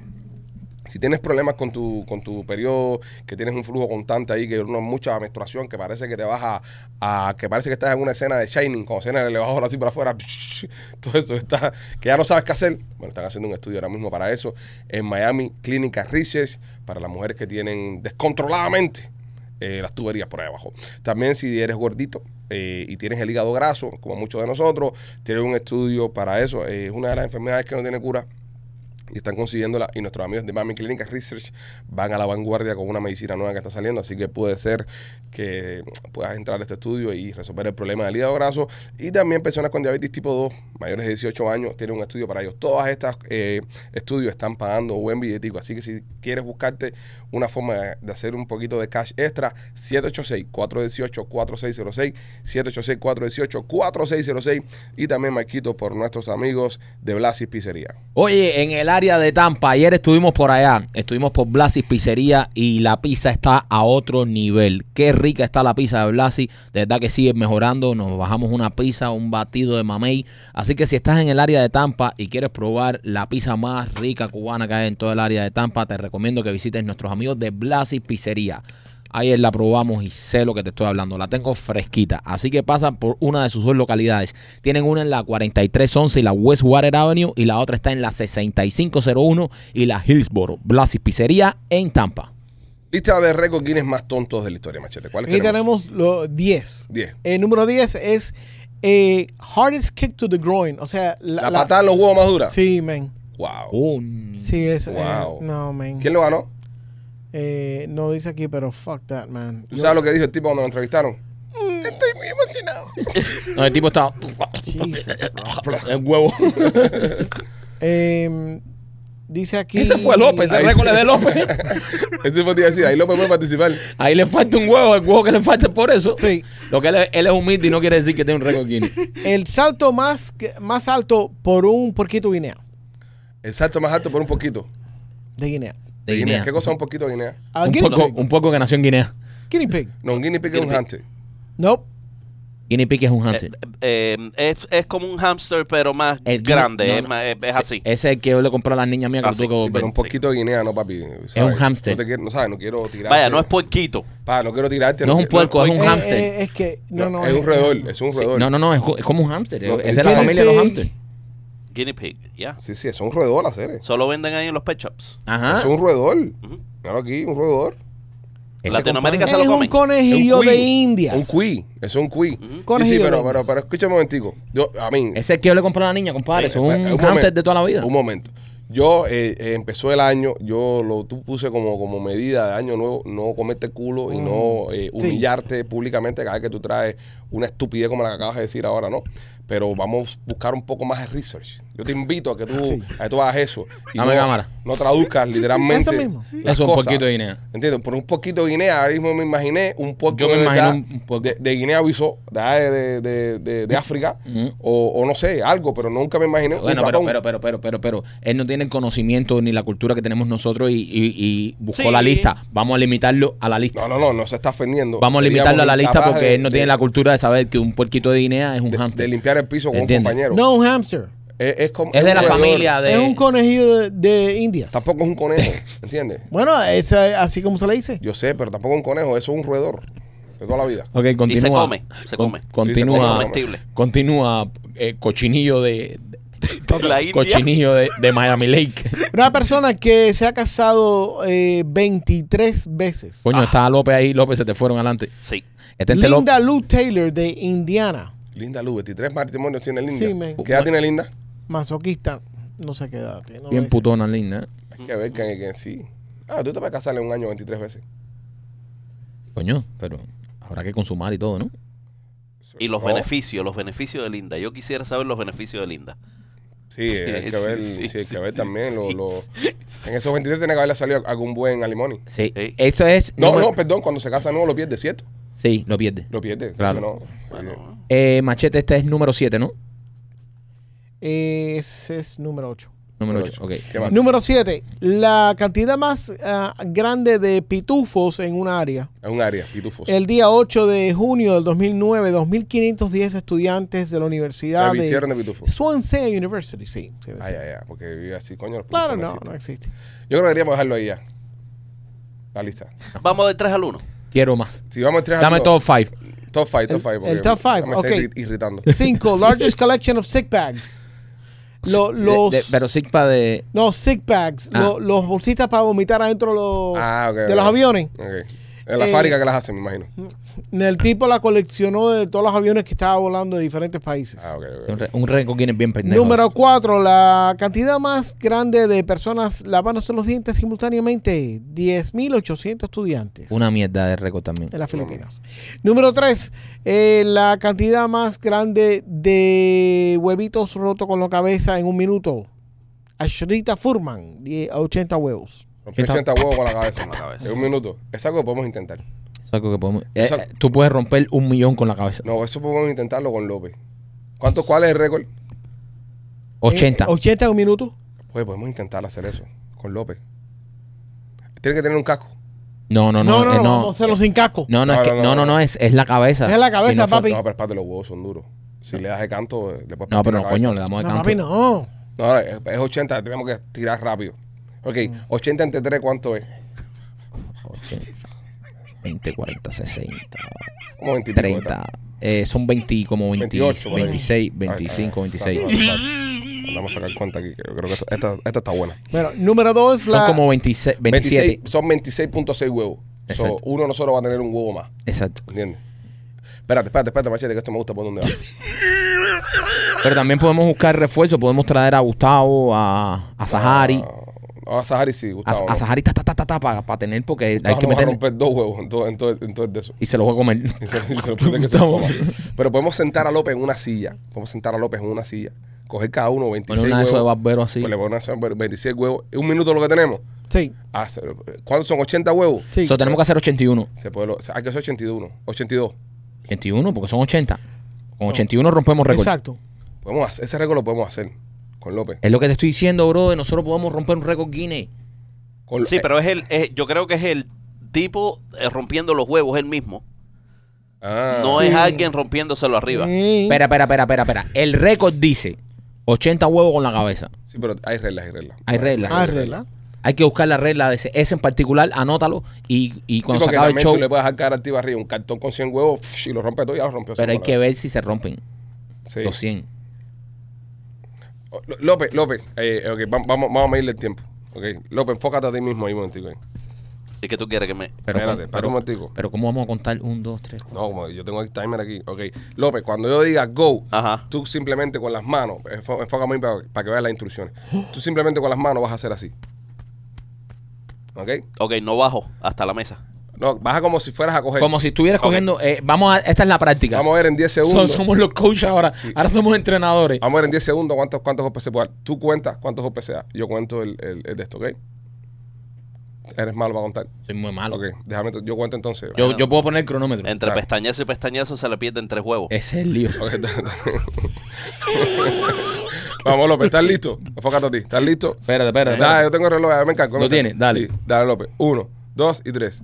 Si tienes problemas con tu, con tu periodo, que tienes un flujo constante ahí, que no mucha menstruación, que parece que te vas a, a- que parece que estás en una escena de Shining, cuando escena le bajo así para afuera, todo eso está, que ya no sabes qué hacer. Bueno, están haciendo un estudio ahora mismo para eso en Miami Clínica Riches, para las mujeres que tienen descontroladamente eh, las tuberías por ahí abajo. También si eres gordito eh, y tienes el hígado graso, como muchos de nosotros, tienen un estudio para eso. Eh, es una de las enfermedades que no tiene cura y están consiguiéndola. Y nuestros amigos de Miami Clinic Research van a la vanguardia con una medicina nueva que está saliendo. Así que puede ser que puedas entrar a este estudio y resolver el problema del hígado graso. Y también personas con diabetes tipo 2, mayores de 18 años, tienen un estudio para ellos. Todas estas eh, estudios están pagando buen billetico. Así que si quieres buscarte una forma de- de hacer un poquito de cash extra, 786-418-4606, 786-418-4606 y también Marquito por nuestros amigos de Blasis Pizzería. Oye, en el área de Tampa, ayer estuvimos por allá, estuvimos por Blasis Pizzería y la pizza está a otro nivel. Qué rica está la pizza de Blasi, de verdad que sigue mejorando, nos bajamos una pizza, un batido de mamey. Así que si estás en el área de Tampa y quieres probar la pizza más rica cubana que hay en todo el área de Tampa, te recomiendo que visites nuestros amigos de Blasis Pizzería. Ayer la probamos y sé lo que te estoy hablando. La tengo fresquita. Así que pasan por una de sus dos localidades. Tienen una en la 4311 y la Westwater Avenue. Y la otra está en la 6501 y la Hillsboro. Blasis Pizzería en Tampa. Lista de récords Guinness más tontos de la historia, Machete. ¿Cuáles Aquí tenemos? tenemos los 10. 10. El número 10 es eh, Hardest Kick to the Groin. O sea, La, patada en los huevos más dura. Sí, men. Wow. Sí, es. eh, Wow. no, men. ¿Quién lo ganó? Eh, no dice aquí, pero fuck that, man. ¿Tú sabes lo que dijo el tipo cuando lo entrevistaron? No, el tipo está. Jesus. El huevo. Eh, dice aquí. Ese fue López, Ahí el sí. récord es de López. Ese tipo te iba a decir, ahí López puede participar. Ahí le falta un huevo, el huevo que le falta es por eso. Sí. Lo que él, es- él es humilde y no quiere decir que tiene un récord Guinness. El salto más, que- más alto por un porquito guinea. El salto más alto por un poquito. De Guinea. De Guinea. ¿Qué cosa es un poquito de Guinea? Ah, Un guinea poco, pig. un poco que nació en Guinea. Guinea pig. No, un guinea pig es un hunter. Nope. Guinea Pig es un hunter. Eh, es, es como un hámster, pero más El guinea- grande. no, es no. más- es, es así. Ese es el que yo le compré a las niñas mías que lo Así, tuve que sí, Pero volver. un poquito de Guinea, no, papi. ¿sabes? un hámster. No, te quiero- no sabes, no quiero tirarte. Vaya, no es puerquito. Pa, no quiero tirarte. No es un quiero- puerco, es un Eh, hámster. eh, es que. No, no. es un roedor, es un roedor. No, no, no, es, co- es como un hamster. No, es el de la guinea familia de los pig. hamsters. Guinea pig, ya. Sí, sí, es un roedor las series. Ah. Solo venden ahí en los pet shops. Ajá. Es un roedor. Ujú. Claro, aquí, un roedor. Ese Latinoamérica se Es lo un come. conejillo Un cuy, de indias. Un cuí, es un cuí. Sí, sí, Conejillo de pero, pero, indias. pero escucha un momentico. Yo, a mí, Ese es el que yo le compré a la niña, compadre. Sí, Eso es eh, un, un hamster momento. de toda la vida. Un momento. Yo eh, eh, empezó el año, yo lo tú puse como, como medida de año nuevo, no comerte culo y no eh, Sí. humillarte públicamente cada vez que tú traes una estupidez como la que acabas de decir ahora, ¿no? Pero vamos a buscar un poco más de research. Yo te invito a que tú, a que tú hagas eso. Dame no, cámara. no traduzcas literalmente. Eso mismo. las Eso, un cosas. poquito de Guinea. Entiendo, por un poquito de Guinea, ahora mismo me imaginé un poco Yo me de, imagino verdad un- un poco. de, de Guinea Bissau, de, ah, de, de- de- de África, o, o no sé, algo, pero nunca me imaginé un Bueno, pero, ratón. pero, pero, pero, pero, pero, él no tiene el conocimiento ni la cultura que tenemos nosotros y, y- y buscó Sí. la lista. Vamos a limitarlo a la lista. No, no, no, no se está ofendiendo. Vamos a Seríamos limitarlo a la lista incapaces porque de- él no de- tiene la cultura de saber que un puerquito de Guinea es un de, hamster. de limpiar el piso con Entiende. un compañero. No, un hamster. es, es como- es de un la roedor. familia de. Es un conejillo de, de indias. Tampoco es un conejo, ¿entiendes? Bueno, es eh, así como se le dice. Yo sé, pero tampoco es un conejo, eso es un roedor de toda la vida. Ok, continúa. Y se come, se Con- come. Y se Continúa. come. comestible. Continúa. eh, cochinillo de. De la India. Cochinillo de, de Miami Lake. Una persona que se ha casado eh, 23 veces. Coño, estaba López ahí. López se te fueron adelante. Sí. Este es López. Linda Lou Taylor de Indiana. Linda Lu, 23 matrimonios tiene Linda. Sí, men. ¿Qué edad tiene Linda? Masoquista. No sé qué edad tiene. no Bien dice. putona, linda. ¿eh? Hay que ver que, que sí. Ah, tú te vas a casar en un año 23 veces. Coño, pero habrá que consumar y todo, ¿no? Y los No, beneficios, los beneficios de Linda. Yo quisiera saber los beneficios de Linda. Sí, hay que Sí, ver, sí, sí, hay sí, que ver sí, también. lo- sí, lo- En esos 23 tiene que haberle salido algún buen alimony. Sí. Sí. Esto es. No, pues número- no, perdón, cuando se casa no lo pierde, ¿cierto? Sí, lo pierde. Lo pierde. sí, Claro. no. Bueno, Eh, machete, este es número 7, ¿no? Ese Eh, es número 8. Número Número 8. Ok. ocho. ¿Qué más? Número 7. La cantidad más ah, grande de pitufos en un área. Es un área, pitufos. El día 8 de junio del 2009, 2.510 estudiantes de la Universidad se de vistieron de pitufos. Swansea University. Sí. sí, sí. Ay, ay, ay, porque vive así, coño. Los Claro, pitufos no, no existe. Yo creo que deberíamos dejarlo ahí ya. La lista. Vamos de 3 al 1. Quiero más. Si vamos a tres Dame todo five. Top 5, top El- 5. el top five, Me ok. está irri- irritando. 5. Largest collection of sick bags. Lo- los, De- de- pero Sigpa de. no, sick bags. Ah. lo- los bolsitas para vomitar adentro los- Ah, ok, de ok. los aviones. Ok. Es la Eh, fábrica que las hacen, me imagino. El tipo la coleccionó de todos los aviones que estaba volando de diferentes países. Ah, ok, ok. Un, re- un récord quien es bien pendejo. Número 4. La cantidad más grande de personas lavándose los dientes simultáneamente. 10.800 estudiantes. Una mierda de récord también. en las Filipinas. Número 3, la cantidad más grande de huevitos rotos con la cabeza en un minuto. Ashrita Furman, 10 a 80 huevos. Rompí 80 huevos con la cabeza. la cabeza. En un minuto. Es algo que podemos intentar. Eso es algo que podemos- eh, Eso- eh, tú puedes romper un millón con la cabeza. Eh, No, eso podemos intentarlo con López. ¿Cuánto, ¿Cuál es el récord? 80. Eh, 80 en un minuto. Pues podemos intentar hacer eso con López. Tiene que tener un casco. no, no, No, no. no, eh, no, no, se los sin casco. No, no, No, es no, que- no, no, no, no. no, es, es la cabeza. Es la cabeza, Si no fue- papi. No, pero espérate, los huevos son duros. Si le das de canto, eh, le puedes No, partir pero la no, cabeza. coño, le damos de No, canto. papi, no. No, no, es es 80, tenemos que tirar rápido. Ok, 80 entre 3, ¿cuánto es? 80, 20, 40, 60, Como 20 y pico, 30. eh, son 20, como 20, 28, por ahí. 26, Ay, ay, ay, 25, está 26. mal, está mal. Vamos a sacar cuenta aquí, que yo creo que esta, esta, esta está buena. Bueno, número 2, Son la... como 26, 27. 26, son 26.6 huevos. So, Exacto. uno de nosotros va a tener un huevo más, Exacto. ¿entiendes? Espérate, espérate, espérate, machete, que esto me gusta por donde va. Pero también podemos buscar refuerzo. Podemos traer a Gustavo, a, a Sahari. No, a Sahari sí, a, Ah, Gustavo. a no. Sahari ta, ta, ta, ta, ta, para tener porque hay Gustavo que nos va a meter romper dos huevos en todo, en todo, en todo el de eso. y se los voy a comer. Y se- y se lo puede que se lo coma. Pero podemos sentar a López en una silla. Podemos sentar a López en una silla. Coger cada uno 26 Poner una de huevos. esos de barbero así. Pues le ponemos una de 26 huevos. Un minuto lo que tenemos. Sí, Ah, se- ¿Cuántos son? ¿80 huevos? sí. Eso tenemos que hacer 81. Se puede, lo- o sea, hay que hacer 81, 82. 81, porque son 80. Con 81 rompemos récord. Exacto. Podemos hacer, ese récord lo podemos hacer con López. Es lo que te estoy diciendo, bro. Nosotros podemos romper un récord Guinness. Con- Sí, eh, pero es el, es- yo creo que es el tipo eh, rompiendo los huevos él mismo. ah, No es alguien rompiéndoselo arriba. Sí. Espera, espera, espera, espera, espera. El récord dice 80 huevos con la cabeza. Sí, pero hay reglas, hay reglas. Hay reglas. Ah, regla. Hay que buscar la regla de ese. Ese en particular, anótalo. Y, y Sí, cuando se porque acabe el también show. tú le puedes dejar cara activa arriba un cartón con 100 huevos pf, y lo rompe todo y ya lo rompió. Pero hay sola. que ver si se rompen Sí. los 100. Oh, Ló- López, López, eh, ok, vam- vamos, vamos a medirle el tiempo. Ok, López, enfócate a ti mismo ahí un momentico. ahí. ¿Y qué tú quieres que me.? Pero, Espérate, ¿cómo- espérate un momentico. pero ¿cómo vamos a contar? Un, dos, tres, cuatro. No, como yo tengo el timer aquí. Ok. López, cuando yo diga go, Ajá. tú simplemente con las manos, enfo- enfócame ahí para, para que veas las instrucciones. Tú simplemente con las manos vas a hacer así. ¿Ok? Ok, no bajo hasta la mesa. No, baja como si fueras a coger. Como si estuvieras Ok. cogiendo. eh, vamos a. Esta es la práctica. Vamos a ver en 10 So- segundos. somos los coaches ahora. Ahora somos entrenadores. Vamos a ver en 10 segundos cuántos, cuántos golpes se puede dar. Tú cuentas cuántos golpes se da. Yo cuento el, el- el de esto, ¿ok? Eres malo para contar. Soy muy malo. Ok, déjame. to- Yo cuento entonces. Yo, yo puedo poner el cronómetro. Entre Claro. pestañazo y pestañazo se le pierden tres huevos. Eh. Ese es el lío. Ok, Vamos, López, ¿estás listo? Enfócate a ti. ¿Estás listo? Espérate, espérate. espérate. Dale, yo tengo el reloj, ya me encargo. Lo me encargo. tienes, dale. Sí, dale, López. Uno, dos y tres.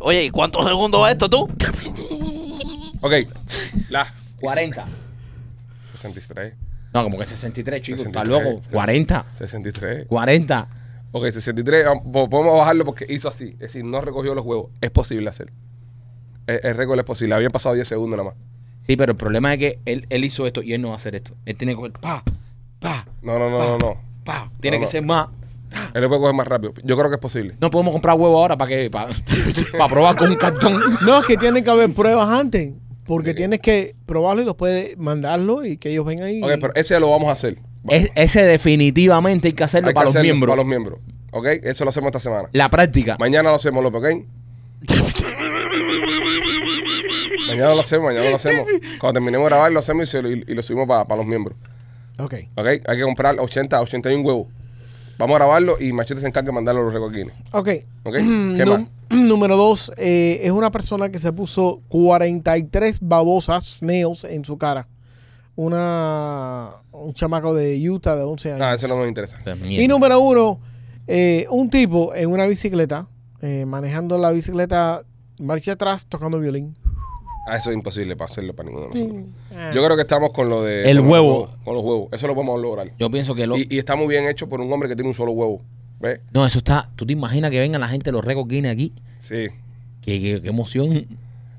Oye, ¿y cuántos segundos es esto tú? Ok. La. 40. 63. No, como que 63, chicos. Está 63. loco. 40. 63. 40. Ok, 63. vamos, po- Podemos bajarlo porque hizo así. Es decir, no recogió los huevos. Es posible hacer. El, el récord es posible. Habían pasado 10 segundos nada más. Sí, pero el problema es que él, él hizo esto y él no va a hacer esto. Él tiene que coger pa, pa, No, no, no, no, no. pa. Tiene No, que no. ser más. Él lo puede coger más rápido. Yo creo que es posible. No podemos comprar huevo ahora para que para probar con un cartón. No, es que tienen que haber pruebas antes. Porque tienes que probarlo y después mandarlo y que ellos vengan ahí. Ok, pero ese lo vamos a hacer. Es- ese definitivamente hay que hacerlo Hay que para los hacerlo miembros. Para los miembros. Ok, eso lo hacemos esta semana. La práctica. Mañana lo hacemos, López, ¿ok? mañana lo hacemos, mañana lo hacemos. Cuando terminemos de grabar, lo hacemos y, se lo, y- y lo subimos para los miembros. Ok. ¿Ok? Hay que comprar 80, 81 huevos. Vamos a grabarlo y Machete se encarga de mandarlo a los recoquines. Ok. ¿Ok? Mm, ¿Qué nú- más? Número dos, eh, es una persona que se puso 43 babosas snails en su cara. Una, un chamaco de Utah de 11 años. Ah, eso no nos interesa. Y número uno, eh, un tipo en una bicicleta, eh, manejando la bicicleta marcha atrás, tocando violín. Ah, eso es imposible para hacerlo para ninguno de nosotros. Ah. Yo creo que estamos con lo de. con El los huevo. huevos, Con los huevos. Eso lo podemos lograr. Yo pienso que lo- Y, y está muy bien hecho por un hombre que tiene un solo huevo. ¿Ves? No, eso está. ¿Tú te imaginas que vengan la gente de los récords Guinness aquí? Sí. Qué, qué- qué emoción.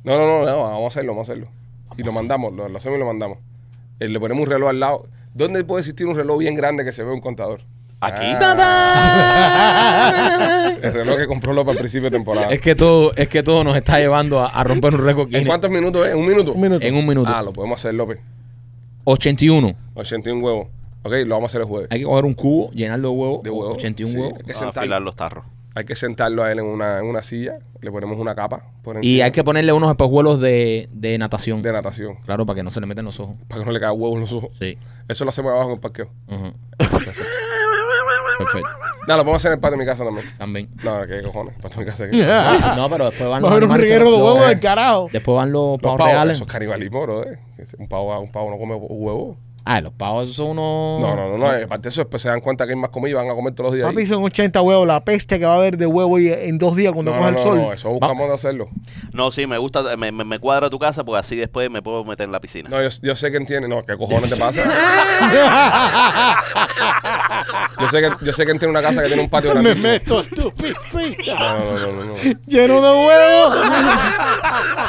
No, no, no, no, vamos a hacerlo, vamos a hacerlo. y lo mandamos, lo, lo hacemos y lo mandamos. Eh, le ponemos un reloj al lado. ¿Dónde puede existir un reloj bien grande que se vea un contador? Aquí. El reloj que compró López al principio de temporada. Es que todo, es que todo nos está llevando a, a romper un récord ¿En Guinness cuántos minutos es? ¿Un minuto? Un minuto. en un minuto. Ah, lo podemos hacer, López. 81. 81 huevos. Ok, lo vamos a hacer el jueves. Hay que coger un cubo, llenarlo de huevos. De huevos. 81 sí. huevos. Hay que, A Ah, afilar sentarlo. los tarros. hay que sentarlo a él en una, en una silla. Le ponemos una capa por Y encima hay que ponerle unos espejuelos de, de natación. de natación. Claro, para que no se le metan los ojos. Para que no le caigan huevos en los ojos. Sí. Eso lo hacemos abajo en el parqueo. Ujú. Perfecto. No, lo podemos hacer en el patio de mi casa también. También. No, qué cojones. El patio de mi casa. ¿qué? No, pero después van Va a los haber un animales, reguero de los- eh. eh, huevos del carajo. Después van los Los pavos pavos, reales. Eso es canibalismo, bro. eh. Un pavo, un pavo no come huevo. Ah, los pavos esos son unos. No, no, no. no. eh, Aparte de eso, después se dan cuenta que hay más comida y van a comer todos los días. Papi, ahí. son 80 huevos, la peste que va a haber de huevo y- en dos días cuando No, coja no, el no, sol. no, eso buscamos de hacerlo. No, sí, me gusta, me, me- me cuadra tu casa porque así después me puedo meter en la piscina. No, yo, yo sé que entiende. No, ¿qué cojones te pasa? yo, sé que, yo sé que entiende una casa que tiene un patio grandísimo. a tu piscina No, no, no, no, no. lleno de huevos.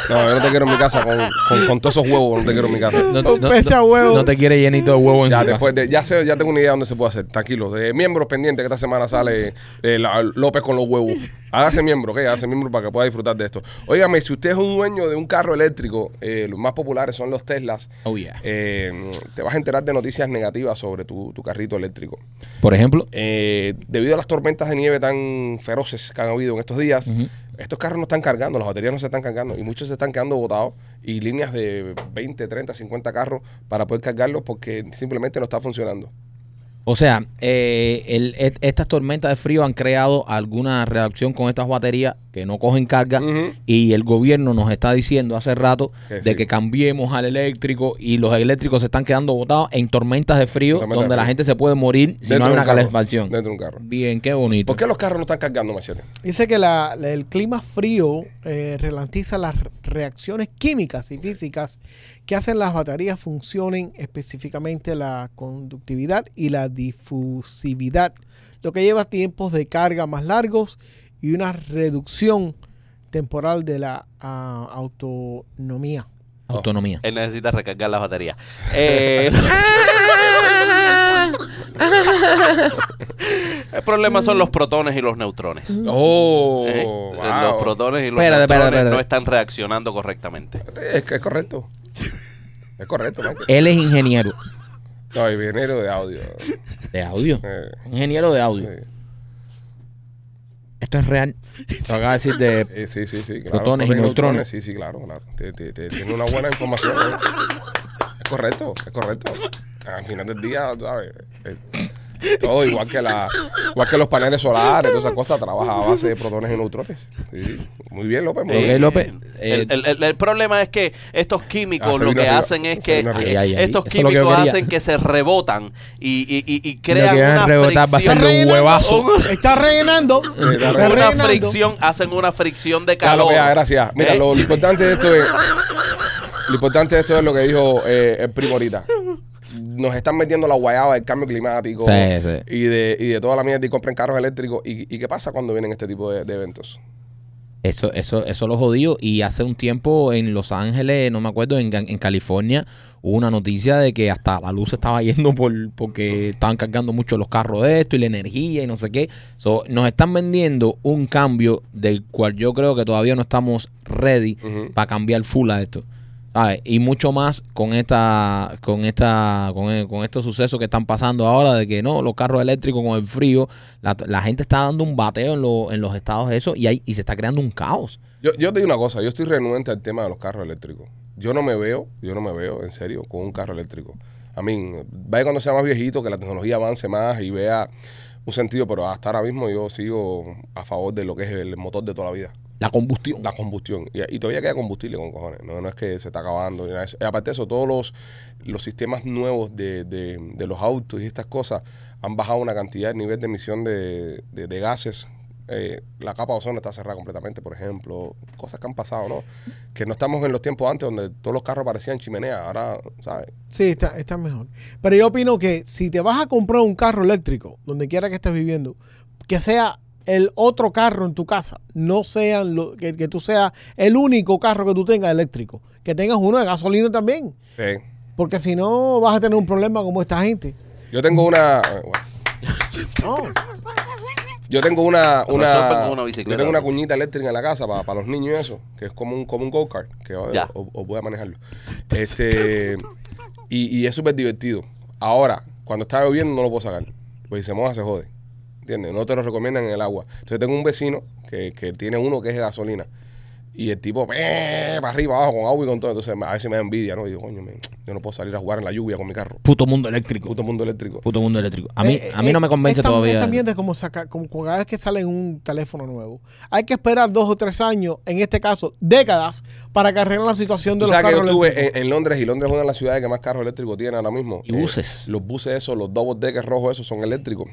No, yo no te quiero en mi casa con, con, con todos esos huevos. No te quiero en mi casa. No, Con peste a huevo. no te quiere llenito de huevo en Ya, su casa. después de- ya, sé, ya tengo una idea de dónde se puede hacer. Tranquilo. De miembros pendientes que esta semana sale eh, la- López con los huevos. Hágase miembro, ¿ok? Hágase miembro para que pueda disfrutar de esto. Óigame, si usted es un dueño de un carro eléctrico, eh, los más populares son los Teslas. Oh, yeah. eh, te vas a enterar de noticias negativas sobre tu, tu carrito eléctrico. Por ejemplo, Eh, debido a las tormentas de nieve tan feroces que han habido en estos días, estos carros no están cargando, las baterías no se están cargando y muchos se están quedando botados y líneas de 20, 30, 50 carros para poder cargarlos porque simplemente no está funcionando. o sea, eh, el- et- estas tormentas de frío han creado alguna reacción con estas baterías que no cogen carga Ujú. y el gobierno nos está diciendo hace rato Que de sí. que cambiemos al eléctrico y los eléctricos se están quedando botados en tormentas de frío En tormentas donde de la frío. gente se puede morir si Dentro no de un hay una carro, calefacción. Dentro de un carro. Bien, qué bonito. ¿Por qué los carros no están cargando, machete? Dice que la- la- el clima frío eh, ralentiza las re- reacciones químicas y físicas que hacen las baterías funcionen específicamente la conductividad y la difusividad, lo que lleva a tiempos de carga más largos y una reducción temporal de la ah, autonomía. Autonomía. Él necesita recargar la batería. Eh, El problema son los protones y los neutrones. Oh, Mm. ¿eh? wow. Los protones y los Espérate, espérate, neutrones no espérate. están reaccionando correctamente. Es, que es correcto. Es correcto, Michael. Él es ingeniero No, ingeniero de audio. de audio. Eh, Ingeniero de audio. eh, Esto es real. Te acaba de decir de eh, sí, sí, sí. Claro. Protones y neutrones. Sí, sí, claro, claro. Te- te- te- Tiene una buena información. eh. Es correcto, es correcto. Al final del día, ¿sabes? Eh, Todo igual que, la, igual que los paneles solares, todas esas cosas, trabaja a base de protones y neutrones. Sí, sí. Muy bien, López. muy Ok, bien. López. eh, el, el- el- el problema es que estos Ah, químicos se lo vino que arriba, hacen es se que vino arriba. Ay, eh, ay, ay. estos Eso es lo que yo químicos quería. hacen que se rebotan y, y- y- y crean que van a una rebotar va a ser fricción. los huevazos. Está rellenando. está Está Una rellenando. fricción, hacen una fricción de Ya, calor. López, ya, gracias. Mira, ¿Eh? lo, lo importante de esto es. Lo importante de esto es lo que dijo eh, el primo ahorita. Nos están metiendo la guayaba del cambio climático Sí, sí. Y, de, y de toda la mierda y compren carros eléctricos. ¿Y, y qué pasa cuando vienen este tipo de, de eventos? Eso, eso, eso lo jodido. Y hace un tiempo en Los Ángeles, no me acuerdo, en, en California, hubo una noticia de que hasta la luz se estaba yendo por, porque estaban cargando mucho los carros de esto y la energía y no sé qué. So, nos están vendiendo un cambio del cual yo creo que todavía no estamos ready Ujú. para cambiar full a esto. ¿sabes? Y mucho más con esta, con esta, con, eh, con estos sucesos que están pasando ahora de que no, los carros eléctricos con el frío, la, la gente está dando un bateo en, lo- en los estados eso y ahí y se está creando un caos. Yo, yo te digo una cosa, yo estoy renuente al tema de los carros eléctricos. Yo no me veo, yo no me veo, en serio, con un carro eléctrico. A mí, vaya cuando sea más viejito, que la tecnología avance más y vea un sentido, pero hasta ahora mismo yo sigo a favor de lo que es el motor de toda la vida. La combustión. la combustión. Y, y todavía queda combustible con cojones. No, no es que se está acabando. ni nada de eso. Y aparte de eso, todos los, los sistemas nuevos de, de- de los autos y estas cosas han bajado una cantidad, el nivel de emisión de, de- de gases. Eh, la capa de ozono está cerrada completamente, por ejemplo. Cosas que han pasado, ¿no? Que no estamos en los tiempos antes donde todos los carros parecían chimeneas. Ahora, ¿sabes? Sí, está, está mejor. Pero yo opino que si te vas a comprar un carro eléctrico, donde quiera que estés viviendo, que sea el otro carro en tu casa, no sean lo, que, que tú seas el único carro que tú tengas eléctrico, que tengas uno de gasolina también, Eh, porque si no vas a tener un problema como esta gente. yo tengo una. eh, bueno. No. Yo tengo una, Con razón, una, tengo una bicicleta. yo tengo una cuñita eléctrica en la casa para, para los niños y eso, que es como un, como un go-kart, que o, Ya. o- o voy a manejarlo. Este, y, y es súper divertido. Ahora, cuando está lloviendo no lo puedo sacar, pues si se moja se jode. ¿Entiendes? No te lo recomiendan en el agua. Entonces tengo un vecino que, que tiene uno que es de gasolina. Y el tipo, "Eh", para arriba, abajo, con agua y con todo. Entonces a veces me da envidia, ¿no? Y digo, coño, men, yo no puedo salir a jugar en la lluvia con mi carro. Puto mundo eléctrico. Puto mundo eléctrico. Puto mundo eléctrico. A mí, Eh, a mí eh, no me convence esta- todavía. Esta mierda es como, sacar, como cada vez que sale un teléfono nuevo. Hay que esperar dos o tres años, en este caso décadas, para que arreglen la situación de Tú los sabes que yo carros estuve eléctricos. en, en Londres y Londres es una de las ciudades que más carros eléctricos tiene ahora mismo. Eh, Y buses. los buses esos, los double deckers rojos esos son eléctricos.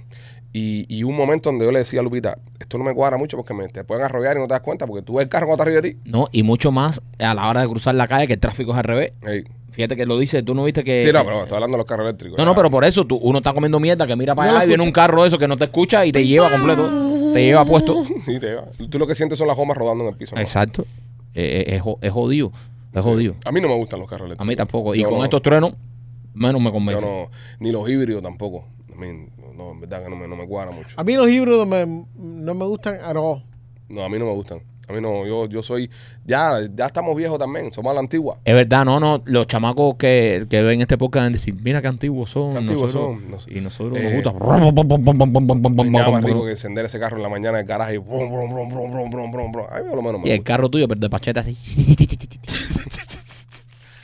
Y, y un momento donde yo le decía a Lupita, esto no me cuadra mucho porque me, te pueden arrollar y no te das cuenta porque tú ves el carro cuando está arriba de ti. No, y mucho más a la hora de cruzar la calle que el tráfico es al revés. Ey. Fíjate que lo dice, tú no viste que... sí, no, pero estoy hablando de los carros eléctricos. Eh, No, Ya. no, pero por eso tú, uno está comiendo mierda que mira para No lo allá y viene un carro eso que no te escucha y te lleva completo. Te lleva puesto. Sí, te va. Tú lo que sientes son las gomas rodando en el piso. ¿no? Exacto. Eh, eh, es, jo- es jodido. Es Sí. jodido. A mí no me gustan los carros A eléctricos. mí tampoco. Y Yo con no- estos truenos, menos me yo convence. no- ni los híbridos tampoco. A mí, no, en verdad que no me, no me cuadra Ah. mucho. A mí los híbridos me- no me gustan a all. No, a mí no me gustan. A mí no, yo, yo soy, ya, ya estamos viejos también, somos a la antigua. Es verdad, no, no. Los chamacos que, que ven este podcast van a decir, mira qué antiguos son. Qué antiguos nosotros- son, no sé. Y nosotros Eh, nos gusta. No hay nada más rico que encender ese carro en la mañana en el garaje y brum, brum, brum, brum, brum, brum, brum, brum. A mí por lo menos Y me el gusta. carro tuyo, pero de pacheta así.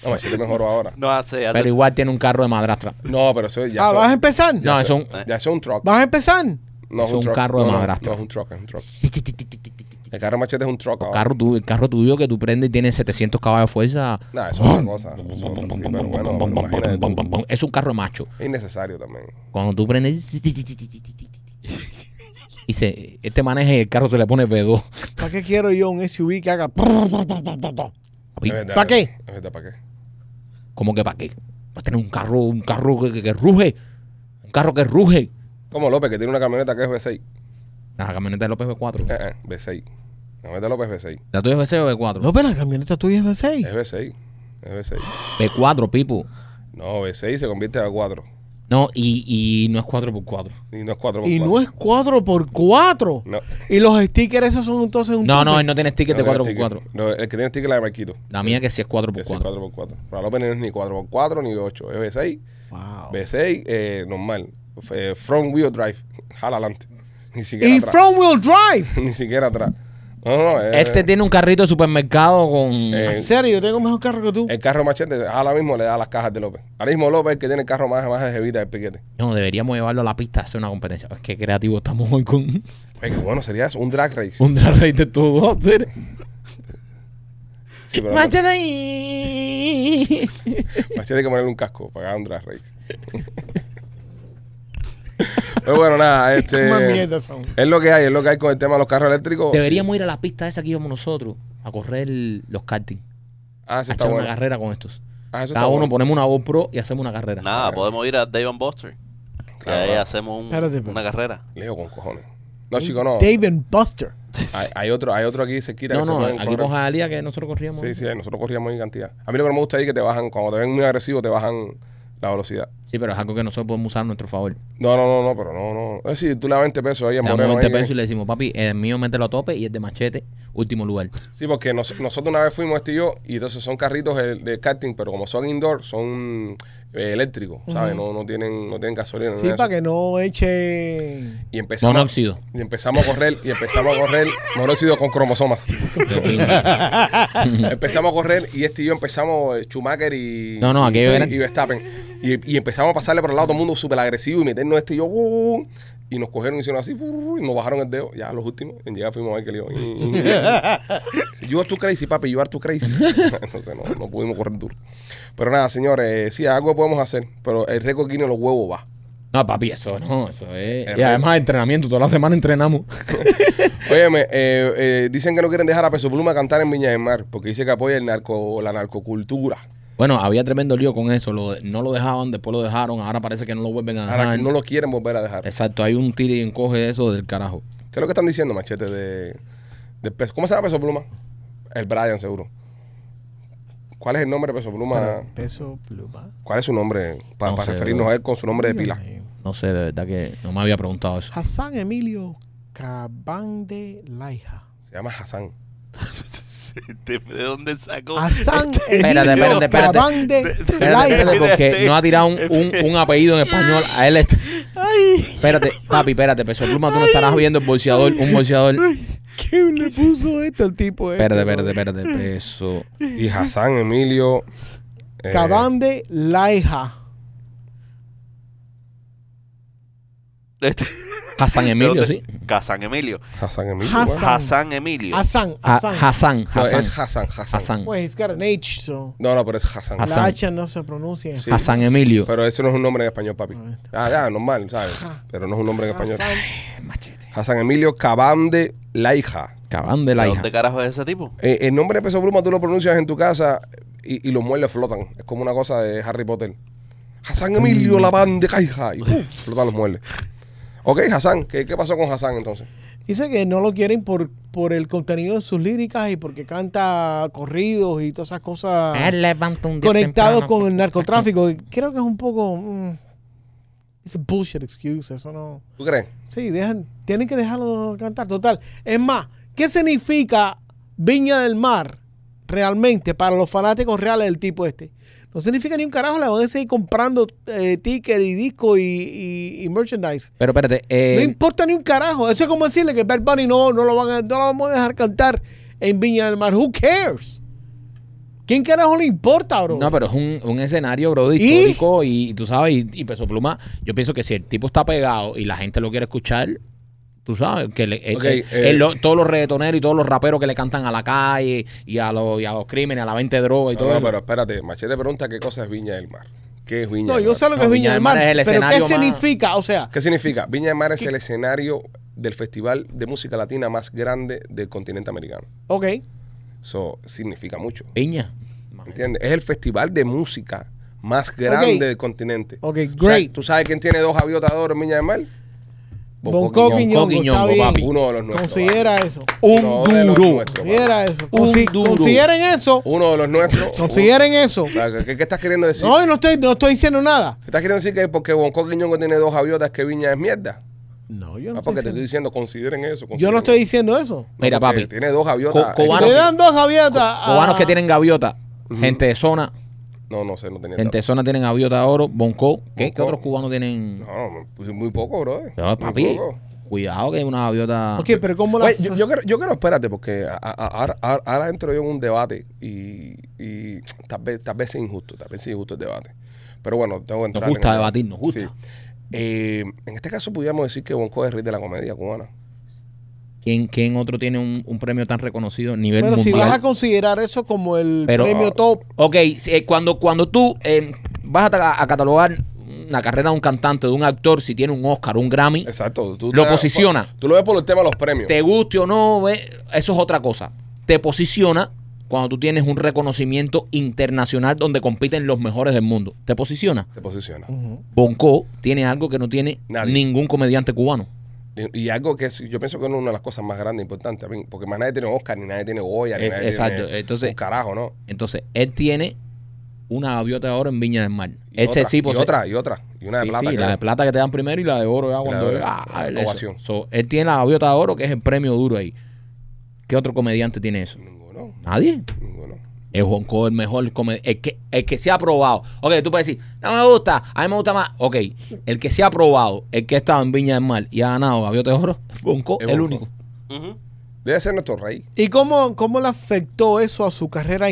No, machete mejoró ahora. No hace, hace- Pero igual tiene un carro de madrastra. No, pero eso ya Ah, eso- ¿vas a empezar? ya No, eso- eso es Ya eso es un truck. ¿Vas a empezar? No es un carro de No, no, madrastra. No, es un truck, es un truck. El carro machete es un truck ahora. Carro tu- el carro tuyo que tú prendes y tiene 700 caballos de fuerza. No, eso es otra cosa. Eso es otra- sí, pero bueno, pero imagínate tú. Es un carro de macho. Es innecesario también. Cuando tú prendes. Y se, este maneje y el carro se le pone V2. ¿Para qué quiero yo un SUV que haga? Papi, Es verdad, ¿pa' qué? Es verdad, ¿para qué? ¿Cómo que para qué? Para tener un carro, un carro que, que- que ruge. Un carro que ruge. Como López, que tiene una camioneta que es V6. La camioneta de López Eh, V4. eh, V6. La camioneta de López es V6. La tuya es V6 o V4. No, pero la camioneta tuya es Es V6. V6. Es V6. V4, Pipo. No, V6 se convierte a 4. No, y, y no es 4x4. Y no es 4 Y no es 4x4. No. Y los stickers esos son entonces un No, no, tupe. él no tiene ticket de No tiene 4x4. sticker. No, el que tiene sticker es la de Marquito. La mía que Ese sí es es 4x4. 4x4. Para López no es ni 4x4 ni 8. Es B6. Wow. B6 eh, normal. F- eh, front wheel drive. Jala adelante. Ni siquiera Y atrás. front wheel drive. Ni siquiera atrás. No, no. eh, Este tiene un carrito de supermercado con... Eh, este, En serio, yo tengo mejor carro que tú. El carro machete ahora mismo le da las cajas de López. Ahora mismo López es el que tiene el carro más, más de jevita del piquete. No, deberíamos llevarlo a la pista a hacer una competencia. Es que creativo estamos hoy con Oye, qué bueno sería eso, un drag race. un drag race de todos. Sí, pero no, Machete ahí. machete hay que ponerle un casco para que haga un drag race. Pero Pues bueno, nada, Qué más este. mierda son. Es lo que hay, es lo que hay con el tema de los carros eléctricos. Deberíamos ir a la pista esa que íbamos nosotros a correr los karting. Sí. Ah, eso a está echar una bueno. carrera con estos. Ah, eso está Cada uno bueno. ponemos una GoPro y hacemos una carrera. Nada, podemos ir a Dave and Buster. Que Claro, ahí claro. hacemos un- Espérate, pero- una carrera. Lejos con cojones. No, chico, no. Ah, Dave and Buster. Hay, hay otro, hay otro aquí cerquita No, que no, se pueden aquí correr. con Jalía que nosotros corríamos. Sí, sí, nosotros corríamos en cantidad. A mí lo que no me gusta es que te bajan, cuando te ven muy agresivo, te bajan la velocidad. Sí, pero es algo que nosotros podemos usar a nuestro favor. No, no, no, no, pero no, no. Es decir, tú le das 20 pesos ahí a Le damos Moreno. 20 ahí, que- pesos y le decimos, papi, el mío mételo a tope y el de machete, último lugar. Sí, porque nos- nosotros una vez fuimos este y yo, y entonces son carritos de, de karting, pero como son indoor, son eh, eléctricos, ¿sabes? no, no tienen, no tienen gasolina. Sí, para que no eche. Y empezamos, Monóxido. y empezamos a correr, y empezamos a correr monóxido con cromosomas. empezamos a correr y este y yo empezamos eh, Schumacher y, No, no, aquello y- era- y Verstappen. Y, y empezamos a pasarle por el lado todo el mundo súper agresivo y meternos este y yo. uh, uh, y nos cogieron y hicieron así uh, y nos bajaron el dedo. Ya los últimos. En llegar fuimos a ver que lío. You are too crazy, papi. You are too crazy. Entonces no, no pudimos correr duro. Pero nada, señores. eh, Sí, algo podemos hacer. Pero el récord Guinness de los huevos va. No, papi, eso no, eso es. Es Y además entrenamiento, toda la semana entrenamos. Óyeme, eh, eh, dicen que no quieren dejar a Peso Pluma cantar en Viña del Mar porque dice que apoya el narco, la narcocultura. Bueno, había tremendo lío con eso. lo de- no lo dejaban, después lo dejaron. Ahora parece que no lo vuelven a dejar. Ahora que no lo quieren volver a dejar. Exacto, hay un tiro y encoge de eso del carajo. ¿Qué es lo que están diciendo, machete? De, de peso? ¿Cómo se llama peso pluma? El Brian, seguro. ¿Cuál es el nombre de peso pluma? Peso pluma. Eh, ¿Cuál es su nombre? Para No sé, referirnos bro. a él con su nombre de pila. No sé, de verdad que no me había preguntado eso. Hassan Emilio Cabande Laija. Se llama Hassan. ¿De de dónde sacó? Hassan Espérate, Emilio espérate, espérate. Cabande Espérate, espérate, Laija. este, porque no ha tirado un, un- un apellido en español a él. est- Espérate, papi, espérate, peso pluma, tú no estarás viendo el bolseador, un bolseador. ¿Quién le puso esto al tipo? este, Espérate, bro? espérate, espérate, peso. Y Hassan Emilio. eh, Cabande Laija. Este- Hassan Emilio, ¿Dónde? sí. Hassan Emilio. Hassan Emilio. Hassan. bueno. Hassan Emilio. Hassan, Ha- Hassan. Hassan, No, es Hassan, Hassan, Hassan. Hassan, Pues he's got an H, so. No, no, pero es Hassan. Hassan. La H no se pronuncia. Sí. Hassan Emilio. Pero ese no es un nombre en español, papi. Ah, este Ah, ya, normal, ¿sabes? Pero no es un nombre en español. Hassan. Machete. Hassan Emilio Cabande Laija. Cabán de la ¿De hija. dónde carajo es ese tipo? Eh, el nombre de Peso Pluma tú lo pronuncias en tu casa y, y los muebles flotan. Es como una cosa de Harry Potter. Hassan Emilio, la banda de Caija. Y ¡puf! flotan los muebles. Ok, Hassan. ¿Qué, qué pasó con Hassan entonces? Dice que no lo quieren por, por el contenido de sus líricas y porque canta corridos y todas esas Ah, cosas conectados con pues. el narcotráfico. Creo que es un poco... mm, it's a bullshit excuse, eso no... ¿Tú crees? Sí, dejan, tienen que dejarlo cantar. Total. Es más, ¿qué significa Viña del Mar realmente para los fanáticos reales del tipo este? No significa ni un carajo, le van a seguir comprando eh, tickets y discos y, y- y merchandise. Pero espérate, no eh, importa ni un carajo. Eso es como decirle que Bad Bunny no, no, lo van a, no lo vamos a dejar cantar en Viña del Mar. Who cares? ¿Quién carajo le importa, bro? no, pero es un, un escenario, bro, histórico y, tú sabes, y, y Peso Pluma, yo pienso que si el tipo está pegado y la gente lo quiere escuchar, tú sabes, que le- el- Ok, el- eh. el lo- todos los reggaetoneros y todos los raperos que le cantan a la calle y a los, y a los crímenes, a la venta de droga y No, todo no, eso. pero espérate. Machete pregunta qué cosa es Viña del Mar. ¿Qué es Viña No, del yo Mar? sé lo que No, es Viña del Mar. es el pero ¿qué escenario más- significa? O sea, ¿Qué significa? Viña del Mar es el escenario del festival de música latina más grande del continente americano. ok. Eso significa mucho. Piña. ¿Entiendes? Es el festival de música más grande Ok. del continente. O Ok, sea, great. ¿Tú sabes quién tiene dos aviotas de oro en Viña del Mar? Bonco Quiñongo, está bien. papi. Uno de los nuestros. Considera eso. Un Uno de los duro. nuestros, papi. Considera eso. Un Consi- duro. Consideren eso. Uno de los nuestros. Consideren eso. Uno- ¿Qué, qué estás queriendo decir? No, yo no estoy, no estoy diciendo nada. ¿Estás queriendo decir que porque Bonco Quiñongo tiene dos aviotas que Viña es mierda? No, yo no, Ah, porque te estoy estoy diciendo, diciendo, consideren eso. yo consideren no estoy eso. diciendo eso. No, Mira, porque papi. Tiene dos aviotas. Co- cubano- Cubanos Le dan dos gaviotas. a- Cubanos que tienen gaviota. Ujú. Gente de zona. No, no sé, no tenía Gente de zona tienen gaviota de oro. Bonco. ¿Qué, ¿Qué Bonco. otros cubanos tienen? No, no, pues muy poco, bro. No, papi. Cuidado que hay una gaviota. Ok, pero ¿cómo la.? Oye, yo, yo quiero, yo quiero, espérate, porque a- a- a- ahora, ahora- ahora entro yo en un debate y, y tal, vez, tal vez es injusto, tal vez es injusto el debate. Pero bueno, tengo que entrar. en gusta el- debatir, nos gusta. Eh, en este caso, pudiéramos decir que Bonco es rey de la comedia cubana. ¿Quién, quién otro tiene un, un premio tan reconocido a nivel Bueno, si mundial? vas a considerar eso como el Pero- Ah. premio top. Ok, si, eh, cuando, cuando tú eh, vas a, a catalogar una carrera de un cantante, de un actor, si tiene un Oscar, un Grammy, Exacto. Tú Lo te- posiciona. Tú lo ves por el tema de los premios. te guste o no, ve, eso es otra cosa. Te posiciona cuando tú tienes un reconocimiento internacional donde compiten los mejores del mundo. Te posiciona. Te posiciona. Bonco tiene algo que no tiene Nadie. ningún comediante cubano. Y, y algo que es- yo pienso que es una de las cosas más grandes e importantes. a mí, Porque más nadie tiene Oscar, ni nadie tiene Goya, ni Es- nadie exacto, tiene entonces- un carajo, ¿no? Entonces, él tiene una gaviota de oro en Viña del Mar. Y Ese otra, tipo Y se- otra, y otra. Y una de Sí, plata. sí, la creo. de plata que te dan primero y la de oro ya Y cuando la de- ah, la él- ovación. eso. So, él tiene la gaviota de oro que es el premio duro ahí. ¿Qué otro comediante tiene eso? Ninguno, Nadie. ninguno. Es Juanco el mejor comediante. El que, el que se ha probado. Ok, tú puedes decir, no me gusta, a mí me gusta más. Ok, el que se ha probado, el que ha estado en Viña del Mar y ha ganado gaviota de oro, Bonco, Es el Bonco. único. Ujú. Debe ser nuestro rey. ¿Y cómo, cómo le afectó eso a su carrera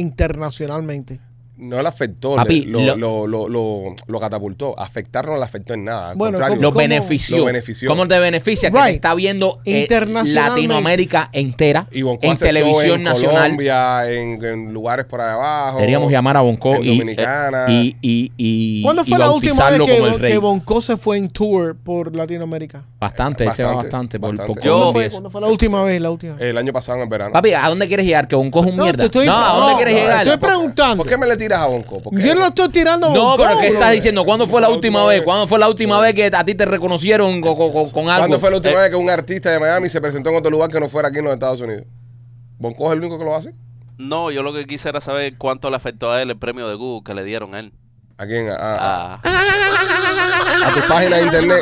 internacionalmente? No le afectó, Papi, le- lo, lo- lo, lo, lo, lo catapultó. Afectar no le afectó en nada. Al Bueno, contrario, Lo ¿cómo- benefició. Lo benefició. ¿Cómo te beneficia? Que Right. te está viendo eh, Internacionalmente. Latinoamérica entera y Bonco en hace show televisión en nacional. Colombia, en, en lugares por ahí abajo. Deberíamos llamar a Bonco en y, eh, Dominicana. y, y, y- ¿Cuándo y fue la última vez bautizarlo que, como el rey. que Bonco se fue en tour por Latinoamérica? Bastante, él se va Bastante, bastante, por, bastante. por Yo- ¿Cuándo Colombia y fue, eso. cuándo fue la última vez? La última vez? El año pasado en el verano. Papi, ¿a dónde quieres llegar? Que Bonco es un No, mierda. te estoy- no, ¿a dónde no, quieres no, llegar? estoy ¿por qué- preguntando. ¿Por qué me le tiras a Bonco? ¿Por qué? Yo no estoy tirando a No, Bonco, pero ¿qué bro. estás diciendo? ¿Cuándo fue la La última última vez? vez. ¿Cuándo fue la última vez que a ti te reconocieron co- co- co- con, algo? ¿Cuándo fue la Eh, última vez que un artista de Miami se presentó en otro lugar que no fuera aquí en los Estados Unidos? ¿Bonco es el único que lo hace? No, yo lo que quisiera saber cuánto le afectó a él el premio de Google que le dieron a él. Aquí en, a, a, Ah. Ah. a tu página de internet.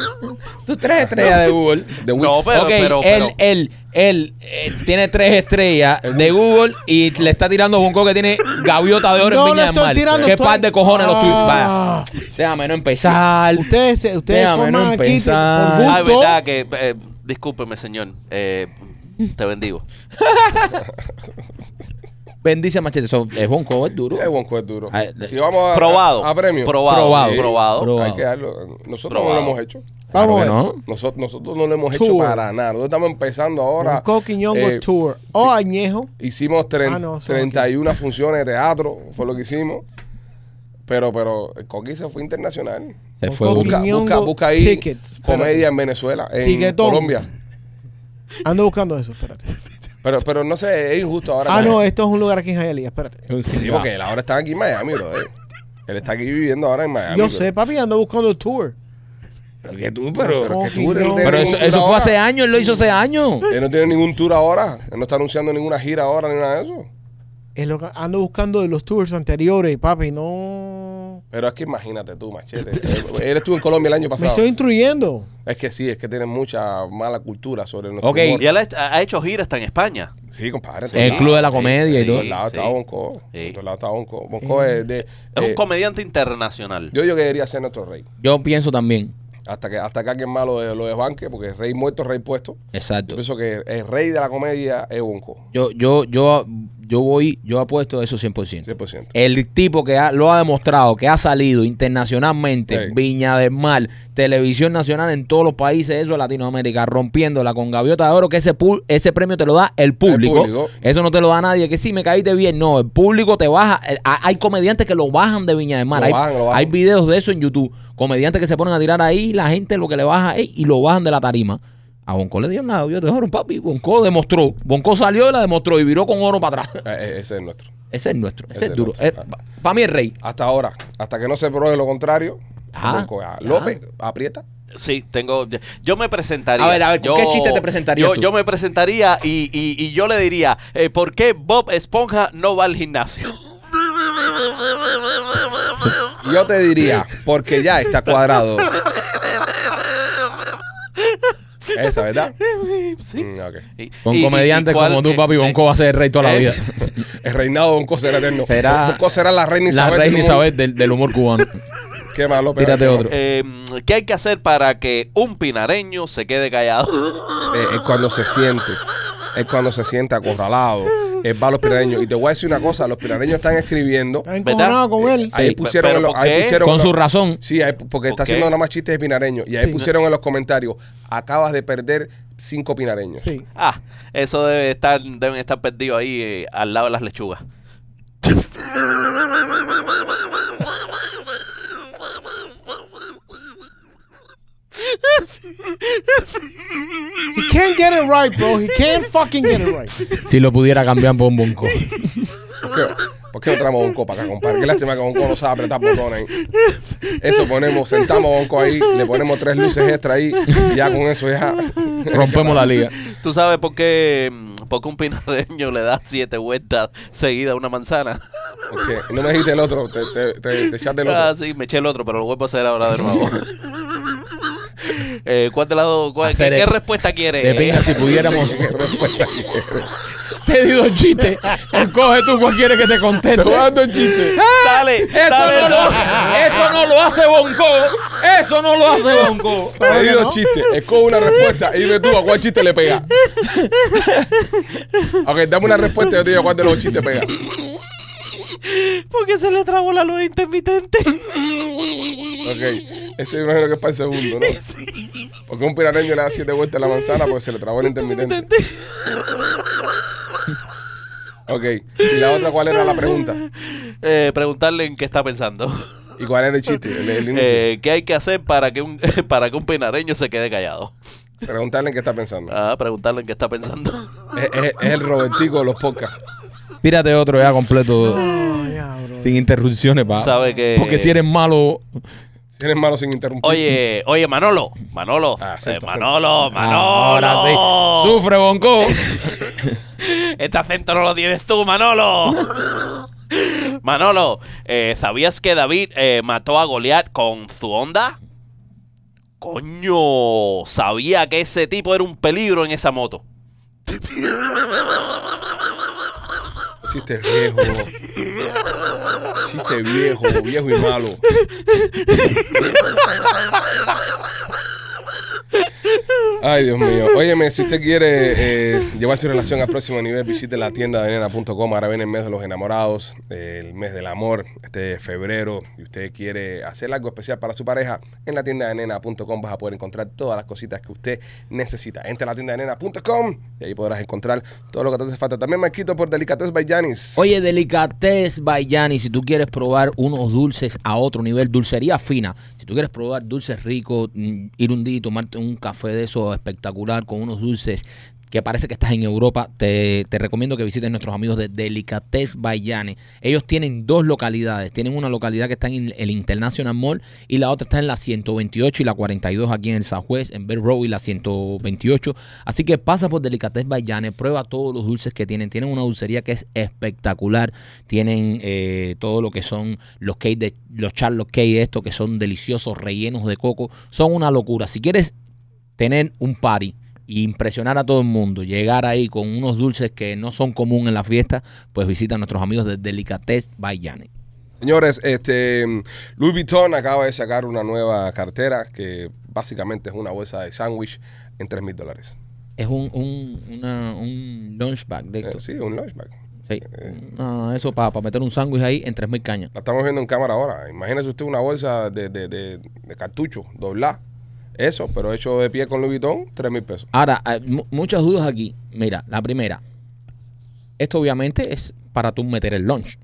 Tú tres estrellas de Google. De No, Wix. pero- ok, él, pero- pero- él, él, eh, tiene tres estrellas de Google y le está tirando a Bonco que tiene gaviota de oro No en le Viña del estoy Mar. tirando, Qué estoy- par de cojones los tuyos. Ah. Vaya, Déjame no empezar. Ustedes, se- ustedes Déjame forman no aquí por empezar. gusto. Ah, es verdad que. eh, discúlpeme, señor. Eh, te bendigo. Bendice machete. So, es Bonco, es duro. Eh, Es Bonco es duro. Ah, de- Si vamos a, Probado. a, a premio. Probado. Probado. Probado. Probado. Hay que darlo. Nosotros Probado. no lo hemos hecho. Claro Vamos que a ver. no. Nosotros, nosotros no lo hemos hecho Tour. para nada. Nosotros estamos empezando ahora. Bonco Quiñongo Eh, Tour. O Añejo. Hicimos tre- Ah, no, son 31 funciones de teatro, fue lo que hicimos. Pero, pero, el Coqui se fue internacional. Se Bonco fue Bonco. Busca, Quiñongo busca, busca ahí tickets. comedia en Venezuela, en Tiquetón. Colombia. Ando buscando eso, espérate. Pero, pero no sé, es injusto ahora. Ah, para- no, esto es un lugar aquí en Hialeah, espérate. Sí, porque él ahora está aquí en Miami, bro. eh. Él está aquí viviendo ahora en Miami. Yo bro. sé, papi, ando buscando el tour. Pero que tú, pero. Pero, que tú, él no Pero tiene Pero ningún eso, tour eso fue ahora. hace años, él lo hizo hace años. Él no tiene ningún tour ahora. Él no está anunciando ninguna gira ahora ni nada de eso. Es lo que- ando buscando de los tours anteriores, papi, no. Pero es que imagínate tú, machete. él, él estuvo en Colombia el año Me pasado. estoy instruyendo. Es que sí, es que tienen mucha mala cultura sobre nuestro Ok, humor. Y él ha, ha hecho giras hasta en España. Sí, compadre. en todos El lados. club de la Sí, comedia y En todo. todos lados sí. está Bonco. Sí. En todos lados está Bonco. Bonco es de... Es eh, un comediante internacional. yo, yo que debería ser nuestro rey. Yo pienso también. Hasta que hasta que alguien más lo, de- lo desbanque, porque rey muerto, rey puesto. Yo Exacto. pienso que el rey de la comedia es Bonco. Yo, yo, yo, yo voy, yo apuesto eso 100%. 100%. El tipo que ha- lo ha demostrado, que ha salido internacionalmente, Sí. Viña del Mar, Televisión Nacional en todos los países, eso de Latinoamérica, rompiéndola con Gaviota de Oro, que ese, pu- ese premio te lo da el público. público. Eso no te lo da nadie, que sí, me caíste bien. No, el público te baja. el- ha- hay comediantes que lo bajan de Viña del Mar. Lo hay, bajan, lo bajan. hay videos de eso en YouTube. Comediantes que se ponen a tirar ahí, la gente lo que le baja ey, y lo bajan de la tarima. A Bonco le dieron la Gaviota de Oro, papi. Bonco demostró. Bonco salió y la demostró y viró con oro para atrás. Eh, eh, Ese es nuestro. Ese es nuestro, ese, Ese es duro. es nuestro. Para mí es rey. Hasta ahora. Hasta que no se pruebe lo contrario. Ajá. Bonco, ah, Ajá. López, aprieta. Sí, tengo. Yo me presentaría. A ver, a ver, ¿con Yo- qué chiste te presentarías Yo, tú? yo me presentaría y, y- y yo le diría: eh, ¿Por qué Bob Esponja no va al gimnasio? Yo te diría, porque ya está cuadrado. Esa, ¿verdad? Sí. Mm, ok. Y- Con y- y- comediantes y cuál- como tú, eh, papi, eh, Bonco va a ser el rey toda la eh, vida. El reinado de Bonco será eterno. Será- Bonco será la reina La Isabel. reina del mundo. Isabel del, del humor cubano. Qué malo. pero- Tírate otro. eh, ¿Qué hay que hacer para que un pinareño se quede callado? Eh, es cuando se siente. Es cuando se siente acorralado. Es va a los pirareños. Y te voy a decir una cosa. Los pirareños están escribiendo. Está encojonado con él. Ahí Sí. pusieron... Pero en los- ¿por ahí qué? pusieron en Con los- su razón. Sí, ahí- porque está Ok. haciendo nada más chistes de pinareños. Y ahí Sí. pusieron en los comentarios, acabas de perder cinco pinareños. Sí. Ah, eso debe estar, deben estar perdidos ahí eh, al lado de las lechugas. He can't get it right, bro. He can't fucking get it right. Si lo pudiera cambiar por un Bonco. ¿Por qué, por qué no traemos a Bonco para acá, compadre? Qué lástima que Bonco no sabe apretar botones ahí. Eso ponemos, sentamos a Bonco ahí, le ponemos tres luces extra ahí. y ya con eso ya... Rompemos la liga. ¿Tú sabes por qué, mm, por qué un pinareño le da siete vueltas seguidas a una manzana? Porque no me dijiste el otro, te, te, te- te echaste el Ah, otro. sí, me eché el otro, pero lo vuelvo a hacer ahora de nuevo. eh, ¿Cuál de las dos? cuál- ¿Qué, Hacer qué el- respuesta quieres? De pinga, si pudiéramos. Qué respuesta quieres. Te digo el chiste. Escoge tú cuál quieres que te conteste. Te voy dando el chiste. Ah, Dale, dale. hace, eso no lo hace Bonco. Eso no lo hace Bonco. Te di dos chistes. Escoge una respuesta y ve tú a cuál chiste le pega. Ok, dame una respuesta y yo te digo cuál de los chistes pega. ¿Por qué se le trabó la luz intermitente? Ok, ese me imagino que es para el segundo, ¿no? Porque un pirareño le da siete vueltas a la manzana porque se le trabó el intermitente. Ok, ¿y la otra cuál era la pregunta? Eh, preguntarle en qué está pensando. ¿Y cuál era el chiste? El, el inicio. Eh, ¿Qué hay que hacer para que un para que un pinareño se quede callado? Preguntarle en qué está pensando. Ah, preguntarle en qué está pensando. Es, es- es el Robertico de los podcasts. Tírate otro ya completo. Oh, yeah, bro. Sin interrupciones, pa. Sabe que- Porque si eres malo. Si eres malo sin interrumpir. Oye, oye, Manolo, Manolo, Ah, eh, acento, acento. Manolo, Ah, Manolo. Ahora sí. Sufre, Bonco. Este acento no lo tienes tú, Manolo. Manolo, eh, ¿sabías que David eh, mató a Goliat con su onda? Coño, sabía que ese tipo era un peligro en esa moto. Chiste viejo. Chiste viejo, viejo y malo. Ay, Dios mío. Óyeme, si usted quiere eh, llevar su relación al próximo nivel, visite la tienda de nena.com. Ahora viene el mes de los enamorados, eh, el mes del amor, este febrero. Y usted quiere hacer algo especial para su pareja, en la tienda de nena.com vas a poder encontrar todas las cositas que usted necesita. Entra a la tienda de nena.com y ahí podrás encontrar todo lo que te hace falta. También me quito por Delicates by Giannis. Oye, Delicatez Bayani, si tú quieres probar unos dulces a otro nivel, dulcería fina. Si tú quieres probar dulces ricos, mm, ir un día y tomarte un café de eso espectacular con unos dulces que parece que estás en Europa, te, te recomiendo que visites nuestros amigos de Delicatez Bayani. Ellos tienen dos localidades. Tienen una localidad que está en el International Mall y la otra está en la 128 y la 42 aquí en el Southwest, en Bell Road y la 128. Así que pasa por Delicatez Bayane, prueba todos los dulces que tienen. Tienen una dulcería que es espectacular. Tienen eh, todo lo que son los cakes de los Charlotte Cake, estos que son deliciosos, rellenos de coco. Son una locura. Si quieres tener un party y impresionar a todo el mundo, llegar ahí con unos dulces que no son común en la fiesta, pues visita a nuestros amigos de Delicatez Bayane. Señores, este Louis Vuitton acaba de sacar una nueva cartera que básicamente es una bolsa de sándwich en 3 mil dólares. Es un, un, una- un lunch bag de Eh, esto. sí, un lunchback. Sí. eh. No, eso para meter un sándwich ahí en 3.000 cañas. La estamos viendo en cámara ahora. Imagínese usted una bolsa de, de, de- de cartucho doblada. Eso, pero hecho de pie con Louis Vuitton, 3 mil pesos. Ahora, hay mu- muchas dudas aquí. Mira, la primera. Esto obviamente es para tú meter el lunch.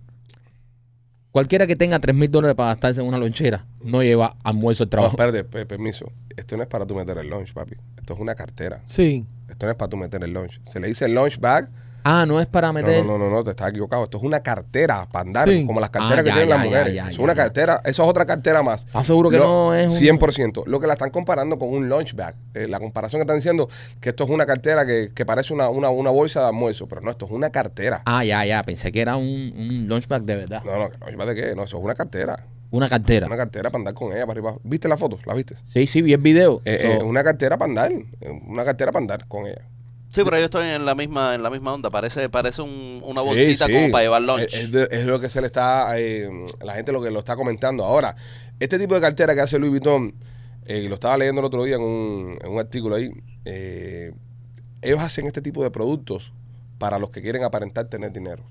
Cualquiera que tenga 3.000 dólares para gastarse en una lonchera no lleva almuerzo al No, trabajo. espérate, pe- permiso. Esto no es para tú meter el lunch, papi. Esto es una cartera. Sí. Esto no es para tú meter el lunch. Se le dice lunch bag Ah, no es para No, meter. No, no, no, no, te estás equivocado. Esto es una cartera para andar, Sí. como las carteras Ah, que ya, tienen ya, las ya, mujeres. ya, es ya, una ya. cartera, eso es otra cartera más. ¿Estás seguro que no es un- 100%. Lo que la están comparando con un lunch bag. Eh, la comparación que están diciendo que esto es una cartera que, que parece una, una, una bolsa de almuerzo, pero no, esto es una cartera. Ah, ya, ya. Pensé que era un, un launchpad de verdad. No, no, lunch bag de qué? No, eso es una cartera. Una cartera. Una cartera para andar con ella para arriba. abajo. ¿Viste la foto? ¿La viste? Sí, sí, vi el video. Eh, So- eh, una cartera para andar. eh, Una cartera para andar con ella. Sí, pero yo estoy en la misma, en la misma onda. Parece, parece un- una Sí, bolsita sí. como para llevar lunch. Es, es de- es lo que se le está, eh, la gente lo que lo está comentando ahora. Este tipo de cartera que hace Louis Vuitton, eh, lo estaba leyendo el otro día en un, en un artículo ahí, eh, ellos hacen este tipo de productos para los que quieren aparentar tener dinero.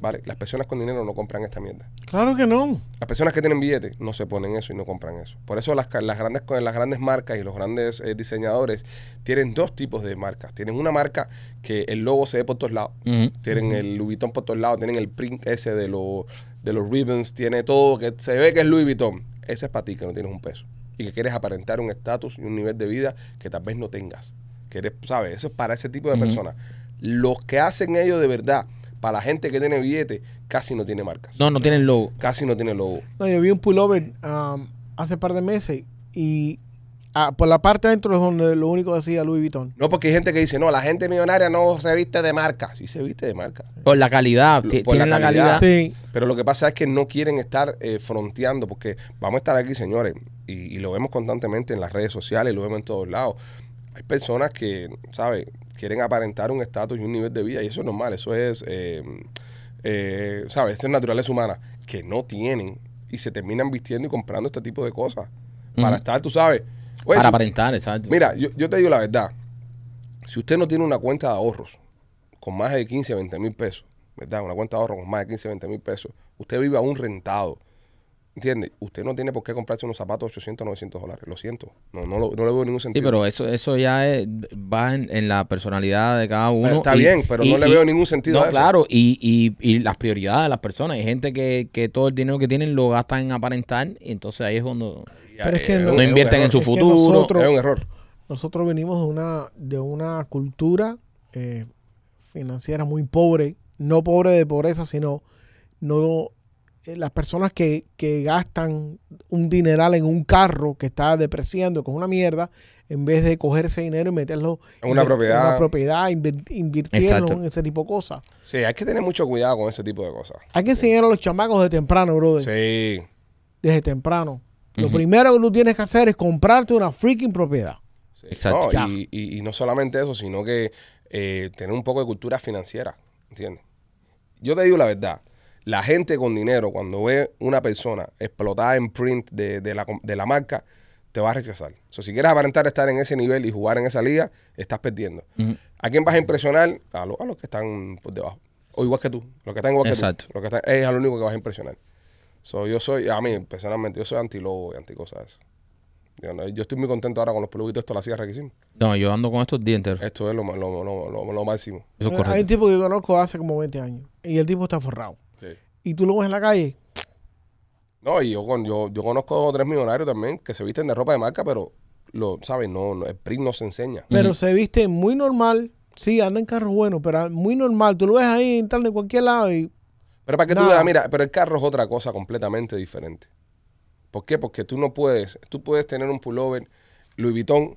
¿Vale? Las personas con dinero no compran esta mierda. Claro que no. Las personas que tienen billetes no se ponen eso y no compran eso. Por eso las, ca- las, grandes, co- las grandes marcas y los grandes eh, diseñadores tienen dos tipos de marcas. Tienen una marca que el logo se ve por todos lados. Ujú. Tienen el Louis Vuitton por todos lados, tienen el print ese de los de los ribbons, tiene todo que se ve que es Louis Vuitton. Ese es para ti que no tienes un peso y que quieres aparentar un estatus y un nivel de vida que tal vez no tengas. Que eres- ¿sabes? Eso es para ese tipo de Ujú. personas. Los que hacen ellos de verdad, para la gente que tiene billete, casi no tiene marcas. No, no tienen logo. Casi no tiene logo. No, yo vi un pullover um, hace par de meses y ah, por la parte de adentro es donde lo único que hacía Louis Vuitton. No, porque hay gente que dice, no, la gente millonaria no se viste de marca. Sí se viste de marca. Por la calidad. Por ti- la tienen la calidad. calidad. Sí. Pero lo que pasa es que no quieren estar eh, fronteando, porque vamos a estar aquí, señores, y, y lo vemos constantemente en las redes sociales, lo vemos en todos lados. Hay personas que, ¿sabes? Quieren aparentar un estatus y un nivel de vida, y eso es normal, eso es, eh, eh, ¿sabes? Esa es naturaleza humana, que no tienen, y se terminan vistiendo y comprando este tipo de cosas. Para Ujú. estar, tú sabes. Oye, para si- aparentar, exacto. Mira, yo, yo te digo la verdad. Si usted no tiene una cuenta de ahorros con más de 15, 20 mil pesos, ¿verdad? Una cuenta de ahorros con más de 15, 20 mil pesos, usted vive aún rentado. ¿Entiende? Usted no tiene por qué comprarse unos zapatos de 800, 900 dólares. Lo siento. No, no, lo- no le veo ningún Sí, sentido. pero eso, eso ya es- va en, en la personalidad de cada uno. Eh, está bien, pero no le veo ningún sentido No, a eso. claro, y, y- y las prioridades de las personas. Hay gente que, que todo el dinero que tienen lo gastan en aparentar, y entonces ahí es cuando pero es que no- no un invierten en error. su Es que futuro. nosotros- Es un error. Nosotros venimos de una, de una cultura eh, financiera muy pobre, no pobre de pobreza, sino no eh, las personas que, que gastan un dineral en un carro que está depreciando, que es una mierda, en vez de coger ese dinero y meterlo En una inver- propiedad. una propiedad, invir- invirtiéndolo Exacto. en ese tipo de cosas. Sí, hay que tener mucho cuidado con ese tipo de cosas. Hay que enseñar a los chamacos de temprano, brother. Sí. Desde temprano. Lo Ujú. primero que tú tienes que hacer es comprarte una freaking propiedad. Sí, Exacto. no, y, y- y no solamente eso, sino que eh, tener un poco de cultura financiera, ¿entiendes? Yo te digo la verdad, la gente con dinero, cuando ve una persona explotada en print de, de la, com- de la marca, te va a rechazar. O sea, si quieres aparentar estar en ese nivel y jugar en esa liga, estás perdiendo. Ujú. ¿A quién vas a impresionar? A, lo- a los que están por debajo. O igual que tú. Los que están igual Exacto. que tú. Los que están, es a lo único que vas a impresionar. So, yo soy, a mí personalmente, yo soy antilobo y anticosas. Yo, no- yo estoy muy contento ahora con los peluquitos de la sierra que hicimos. No, yo ando con estos dientes. Eso Esto es lo, ma- lo, lo, lo- lo máximo. es Hay un correcto. tipo que yo conozco hace como 20 años y el tipo está forrado. Y tú lo ves en la calle. No, y yo, con, yo, yo conozco dos o tres millonarios también que se visten de ropa de marca, pero lo, ¿sabes? No, no, el print no se enseña. Pero Ujú. se viste muy normal. Sí, anda en carros buenos, pero muy normal. Tú lo ves ahí entrando en cualquier lado y Pero para que tú Nada. veas, mira, pero el carro es otra cosa completamente diferente. ¿Por qué? Porque tú no puedes, tú puedes tener un pullover Louis Vuitton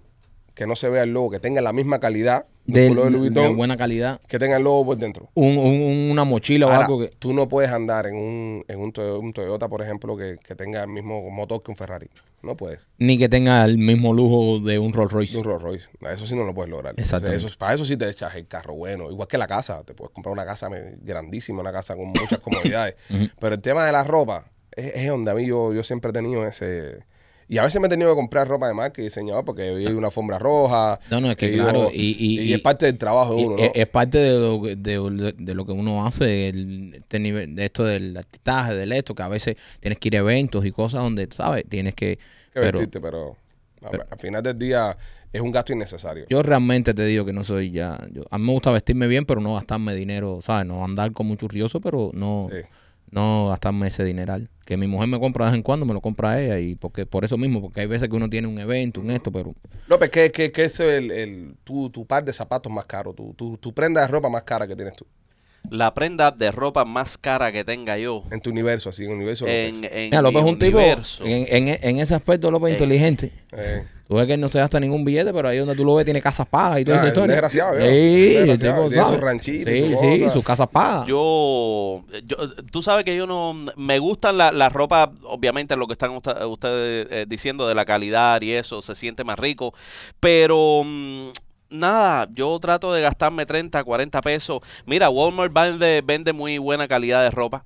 que no se vea el logo, que tenga la misma calidad de De, un pullover Louis de Vuitton, buena calidad. que tenga el logo por dentro. Un- un- una mochila o Ahora, algo que. Tú no puedes andar en un, en un, Toyo- un Toyota, por ejemplo, que, que tenga el mismo motor que un Ferrari. No puedes. Ni que tenga el mismo lujo de un Rolls Royce. De un Rolls Royce. No, Eso sí no lo puedes lograr. Exactamente. Entonces, eso- para eso sí te echas el carro bueno. Igual que la casa. Te puedes comprar una casa me- grandísima, una casa con muchas comodidades. Pero el tema de la ropa es, es donde a mí yo, yo siempre he tenido ese... Y a veces me he tenido que comprar ropa de marca y diseñador porque he ido a una alfombra roja. No, no, es que he ido- claro, y- y- y- es parte del trabajo de Y e uno, ¿no? es, es parte de lo, que- de, de lo que uno hace, el, este nivel, de esto del artistaje, del esto, que a veces tienes que ir a eventos y cosas donde, ¿sabes? Tienes que... que Pero vestirte, pero, a ver, al final del día es un gasto innecesario. yo realmente te digo que no soy ya... yo- a mí me gusta vestirme bien, pero no gastarme dinero, ¿sabes? No andar como un churrioso, pero no... Sí. no gastarme ese dineral. Que mi mujer me compra de vez en cuando, me lo compra ella. Y porque por eso mismo, porque hay veces que uno tiene un evento, un esto, pero López, ¿qué, qué, qué es el, el- tu, tu par de zapatos más caro? Tu, tu, tu prenda de ropa más cara que tienes tú. La prenda de ropa más cara que tenga yo En tu universo, así, en el universo. de en, e- López. en Mira, López mi es un tipo. universo. En, en- en ese aspecto, López es Eh. inteligente. Eh, Tú ves que él no se gasta ningún billete, pero ahí donde tú lo ves tiene casas pagas y toda Ah, esa es un historia. desgraciado, ¿eh? Sí, Un el desgraciado, tipo, tiene ¿sabes? su ranchito y Sí, su sí, cosa. sus casas pagas. Yo, yo- tú sabes que yo no, me gustan la, la ropa, obviamente lo que están usta- ustedes eh, diciendo de la calidad y eso, se siente más rico, pero mm, nada, yo trato de gastarme 30, 40 pesos. Mira, Walmart vende, vende muy buena calidad de ropa.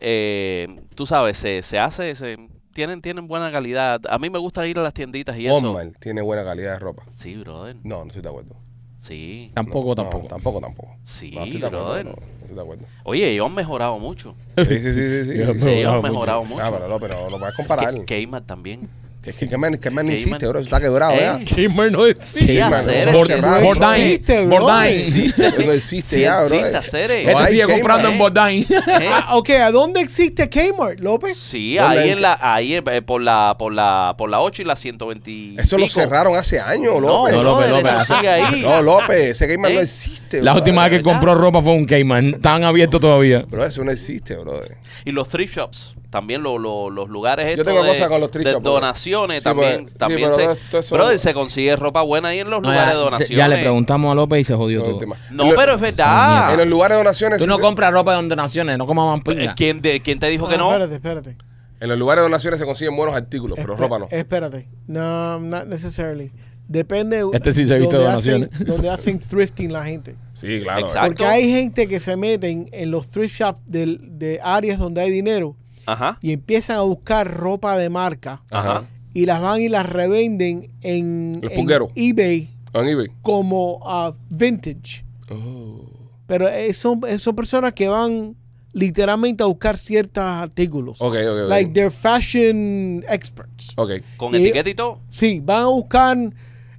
Eh, tú sabes, se, se hace, se, tienen, tienen buena calidad. A mí me gusta ir a las tienditas y eso. Walmart tiene buena calidad de ropa. Sí, brother. No, no estoy de acuerdo. Sí, Tampoco, No, tampoco. No, tampoco, tampoco. sí, no, estoy de acuerdo. brother. No, no estoy de acuerdo. Oye, ellos han mejorado mucho. Sí, sí, sí, sí. sí, Yo sí. me- Sí, ellos han mucho. mejorado Ah, mucho. pero López, no, no puedes comparar. Ke- Kmart también. ¿Qué, qué, qué, man- qué man Qué hiciste, man- Eh, bro? Eso está quebrado, Ey, ya. Kimber no existe. Sí, man, hacer eso ese- es cerrado. sí, Bordain. existe, bro. Bordain. Sí, eso no existe ya, bro. existe hacer, eh. No Este hay sigue Kmart. comprando en Bordain. Eh, Ah, ok, ¿a dónde existe Kmart, López? Sí, ¿Dónde ahí es en la, ahí en- eh, por la, por la, por la 8 y la 120. y Eso lo pico. cerraron hace años, No, López. ah, no, brother, López, eso López. sigue ahí. No, López, ese gamer no Ey, existe. La brother. última vez que ¿verdad? compró ropa fue un Cayman. Estaban abiertos todavía. Bro, eso no existe, brother. Y los thrift shops, también lo- lo- los lugares Yo estos tengo de, cosas con los thrift de shops, bro. donaciones Sí, también, pues, sí, también pero se, todo- todo eso- brother, se consigue ropa buena ahí en los No, lugares de ya, donaciones. ya le preguntamos a López y se jodió Eso es el todo. tema. No, pero es verdad. Eh, En los lugares de donaciones. Tú sí no se- compras ropa de donaciones, no comas vampira. ¿Quién, de- quién te dijo que Ah, no? Espérate, espérate. En los lugares de donaciones se consiguen buenos artículos, pero Espe- ropa no. Espérate. No, not necessarily. Depende. Este sí se ha visto donde donaciones. hacen- Donde hacen thrifting la gente. Sí, claro. Exacto. eh. Porque hay gente que se meten en los thrift shops del- de áreas donde hay dinero Ajá. y empiezan a buscar ropa de marca Ajá. y las van y las revenden en, Los en pulgueros. eBay En eBay. como ah, vintage. Oh. Pero eh, son, eh, son personas que van literalmente a buscar ciertos artículos. Ok, ok, ok. Like they're fashion experts. Ok. Con Y- etiqueta y todo. Sí, van a buscar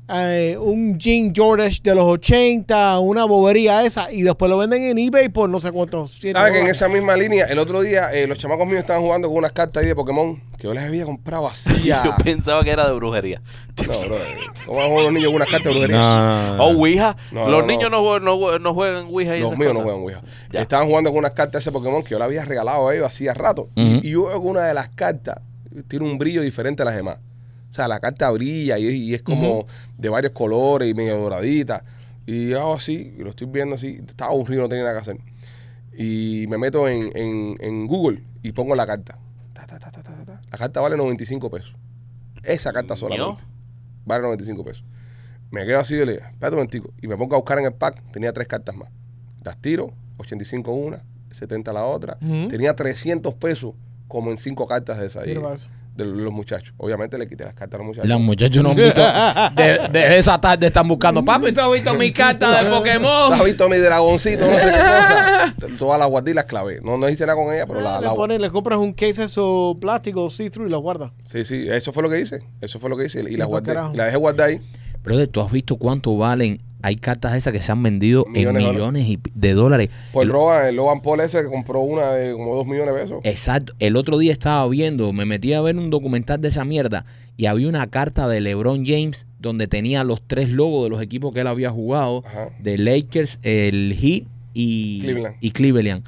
eh, un jean Jordache de los 80, una bobería esa, y después lo venden en eBay por no sé cuántos. cientos ¿Sabes que en dólares. esa misma línea, el otro día, eh, los chamacos míos estaban jugando con unas cartas ahí de Pokémon que yo les había comprado vacía. Yo pensaba que era de brujería. no, bro. eh, ¿Cómo van a jugar los niños con unas cartas de brujería? No, O Oh, Ouija. No, los no, niños no, no. jue- no jue- no juegan Ouija y Los esas míos no cosas. juegan Ouija. Ya. Estaban jugando con unas cartas de ese Pokémon que yo le había regalado a ellos hacía rato. Y- Ujú. Y yo veo que una de las cartas tiene un brillo diferente a las demás. O sea, la carta brilla y es, y es como de varios colores y medio doradita. Y yo hago así, y lo estoy viendo así. Estaba aburrido, no tenía nada que hacer. Y me meto en, en- en Google y pongo la carta. Ta, ta, ta, ta, ta, ta, ta. La carta vale 95 pesos. Esa carta Mío. solamente. Vale 95 pesos. Me quedo así y le digo, espérate un momentico. Y me pongo a buscar en el pack, tenía tres cartas más. Las tiro, 85 una, 70 la otra. Ujú. Tenía 300 pesos como en cinco cartas de esas ahí, Mira para eso. de los muchachos. Obviamente le quité las cartas a los muchachos. Los muchachos no han visto. de- Desde esa tarde están buscando. Papi, tú has visto mi carta de Pokémon. ¿Tú has visto mi dragoncito? No sé qué cosa. T- Todas las guardé y las clavé. No, no hice nada con ella, pero la, Ah, la- le, pones- le compras un case eso plástico, see-through y lo guardas. Sí, sí, eso fue lo que hice. Eso fue lo que hice. Y la pa' guardé. carajo. La dejé guardar ahí. Brother, ¿tú has visto cuánto valen? Hay cartas esas que se han vendido Millones de en millones y pi- de dólares. Pues El- Eh, roba el Logan Paul ese que compró una de como 2 millones de pesos. Exacto. El otro día estaba viendo, me metí a ver un documental de esa mierda y había una carta de LeBron James donde tenía los tres logos de los equipos que él había jugado, Ajá. de Lakers, el Heat y Cleveland. y Cleveland.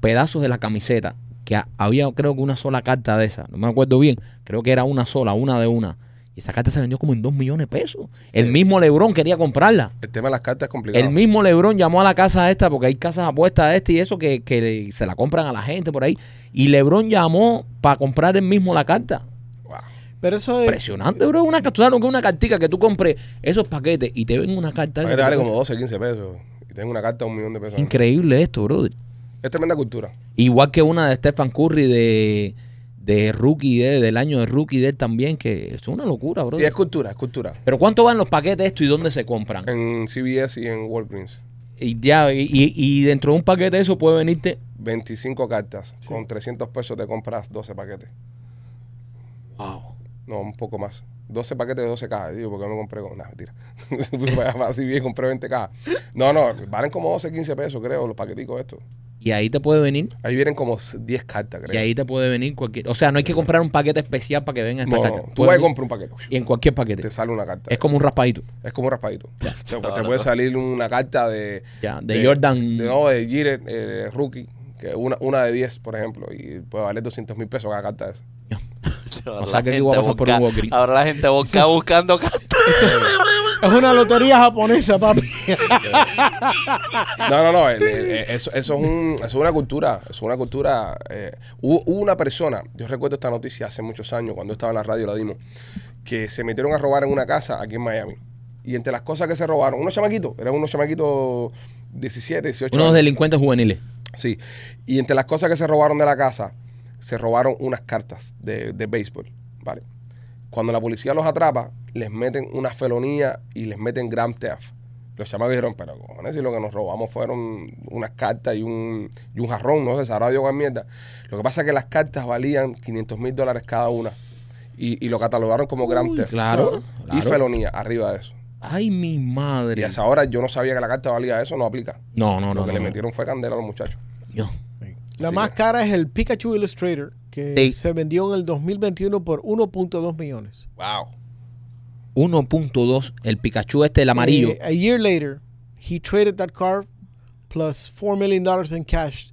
Pedazos de la camiseta, que ha- había creo que una sola carta de esa, no me acuerdo bien, creo que era una sola, una de una. Y esa carta se vendió como en dos millones de pesos. El mismo LeBron quería comprarla. El tema de las cartas es complicado. El mismo Lebron llamó a la casa esta, porque hay casas apuestas de este y eso que, que le- se la compran a la gente por ahí. Y Lebron llamó para comprar el mismo la carta. Wow. Pero eso es. Impresionante, bro. Una, ca- tú sabes lo que es una cartica que tú compres esos paquetes y te ven una carta. esa Ahí que te vale te- como 12, 15 pesos. Y tengo una carta de un millón de pesos. Increíble esto, bro. Es tremenda cultura. Igual que una de Stephen Curry de, de rookie, de- del año de rookie de él también, que es una locura, bro. Sí, es cultura, es cultura. Pero ¿cuánto van los paquetes esto y dónde se compran? En CBS y en Walgreens. Y, ya, y, y- y dentro de un paquete de eso puede venirte 25 cartas. Con 300 pesos te compras 12 paquetes. No, un poco más. 12 paquetes de 12 cajas. Digo, porque no me compré con. Nah, mentira. Fui para- para Así bien compré 20 cajas. No, no, valen como 12, 15 pesos, creo, los paqueticos estos. Y ahí te puede venir. Ahí vienen como 10 cartas, creo. Y ahí te puede venir cualquier. O sea, no hay que comprar un paquete especial para que vengan No, estas no, cartas. tú Puede vas y venir compras un paquete. Y en cualquier paquete. Te sale una carta. Es como un raspadito. Es como un raspadito. O sea, pues te Claro. puede salir una carta de. Ya, de Jordan. de- no, de Jeter, eh, rookie. Que una, una de 10, por ejemplo. Y puede valer 200 mil pesos cada carta de esa. Ahora O la sea, que aquí voy a gente pasar por un busca- Walgreens. Ahora la gente busca buscando cartas. Es una lotería japonesa, papi. No, no, no. eh, eh, eh, eso, eso es un- eso es una cultura. eso Es una cultura. eh, hubo, hubo una persona, yo recuerdo esta noticia hace muchos años, cuando estaba en la radio, la dimos, que se metieron a robar en una casa aquí en Miami. Y entre las cosas que se robaron, unos chamaquitos, eran unos chamaquitos 17, 18 Unos años. delincuentes juveniles. Sí. Y entre las cosas que se robaron de la casa, se robaron unas cartas de, de béisbol. ¿Vale? Cuando la policía los atrapa, les meten una felonía y les meten grand theft. Los chamacos dijeron, pero cojones, si lo que nos robamos fueron unas cartas y un, y un jarrón, no sé, sabrá yo con mierda. Lo que pasa es que las cartas valían 500 mil dólares cada una. Y, y lo catalogaron como grand theft. claro, Y claro. felonía arriba de eso. Ay, mi Y madre. hasta ahora yo no sabía que la carta valía eso, no aplica. No, no, no. lo que no, le no. metieron fue candela a los muchachos. Yo. La Sí. más cara es el Pikachu Illustrator, que Sí. se vendió en el 2021 por 1.2 millones. Wow. 1.2. El Pikachu este, el amarillo. Eh, a year later, he traded that car plus $4 million in cash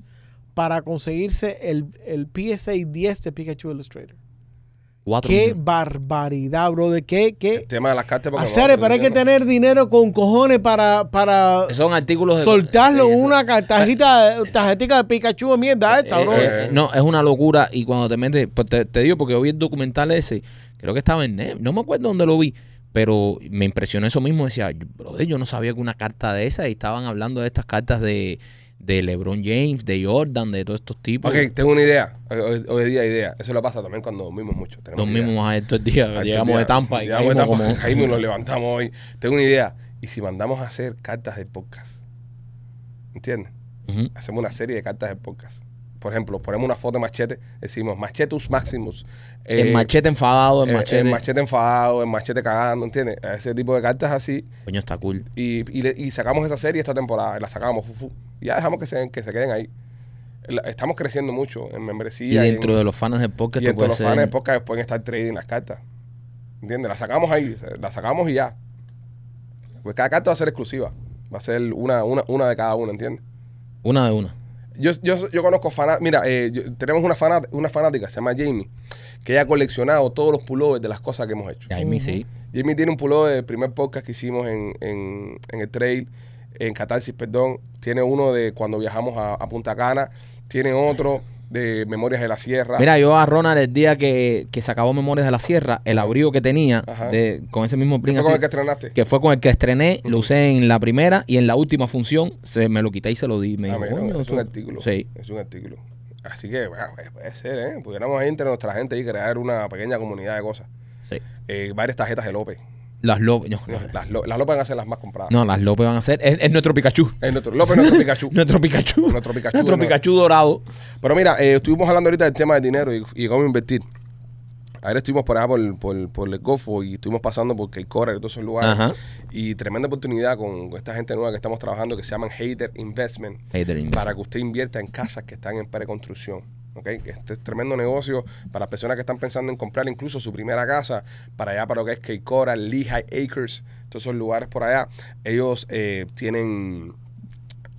para conseguirse el, el PSA 10 de Pikachu Illustrator. Cuatro Qué millones. barbaridad, brother. Qué, El qué. tema de las cartas porque Hacer, no- pero hay que no- tener dinero con cojones para, para Son artículos de. soltarlo Sí, en eso- una ca- tarjeta, tarjetica de Pikachu de mierda esa, Eh, bro. eh, no, es una locura. Y cuando te metes, pues, te, te digo, porque yo vi el documental ese, creo que estaba en Net, no me acuerdo dónde lo vi, pero me impresionó eso mismo. Decía, "Yo- brother, yo no sabía que una carta de esa, y estaban hablando de estas cartas de, de LeBron James, de Jordan, de todos estos tipos. Ok, tengo una idea. Hoy- Hoy, hoy día hay idea. Eso lo pasa también cuando dormimos mucho. Tenemos una idea. Dormimos a estos días, Estos llegamos días- de Tampa y llegamos de caímos Tampa, como- caímos y nos levantamos hoy. Tengo una idea. ¿Y si mandamos a hacer cartas de podcast? ¿Entiendes? Ujú. Hacemos una serie de cartas de podcast. Por ejemplo, ponemos una foto de machete, decimos machetus maximus. El Eh, machete enfadado, el eh, machete. el machete enfadado, el machete cagando, ¿entiendes? Ese tipo de cartas así. Coño, está cool. Y, y le- y sacamos esa serie esta temporada, la sacamos, fu, fu. y ya dejamos que se, que se queden ahí. La- Estamos creciendo mucho en Y membresía. en- dentro de los fans del podcast, y tú entre puedes los fans de ser. podcast pueden estar trading las cartas. ¿Entiendes? Las sacamos ahí, se- las sacamos y ya. Pues cada carta va a ser exclusiva. Va a ser una, una, una de cada una, ¿entiendes? Una de una. Yo, yo, yo conozco fanáticas. Mira, eh, yo- tenemos una, fana- una fanática, se llama Jamie, que ella ha coleccionado todos los pullovers de las cosas que hemos hecho. Y ahí me sí. Jamie tiene un pulo del primer podcast que hicimos en, en- en el trail, en Catarsis, perdón. Tiene uno de cuando viajamos a, a Punta Cana. Tiene otro de Memorias de la Sierra. Mira, yo a Ronald el día que, que se acabó Memorias de la Sierra, el abrigo que tenía Ajá. de- con ese mismo ¿Qué print fue con así, el que estrenaste? que fue con el que estrené, lo usé en la primera y en la última función se me lo quité y se lo di. Me Ah, dijo, mira, "Coño, es un eso-". artículo. Sí. Es un artículo. Así que, bueno, pues, puede ser, ¿eh? Pudiéramos ahí entre nuestra gente y crear una pequeña comunidad de cosas. sí. Eh, varias tarjetas de López. Las López. No, no, Las, Lo- las López van a ser las más compradas. no, las López van a ser. Es, es nuestro Pikachu. Es nuestro, López es nuestro Pikachu. Nuestro Pikachu. Nuestro Pikachu, Nuestro no. Pikachu dorado. Pero mira, eh, estuvimos hablando ahorita del tema del dinero y, y cómo invertir. Ayer estuvimos por allá por, por, por el Golfo y estuvimos pasando por el Core y todos esos lugares. Ajá. Y tremenda oportunidad con esta gente nueva que estamos trabajando que se llaman Hater Investment. Hey, there, invest. para que usted invierta en casas que están en preconstrucción. ¿ok? Que Este es tremendo negocio para personas que están pensando en comprar incluso su primera casa para allá, para lo que es Keikora, Lehigh Acres, todos esos lugares por allá. Ellos eh, tienen...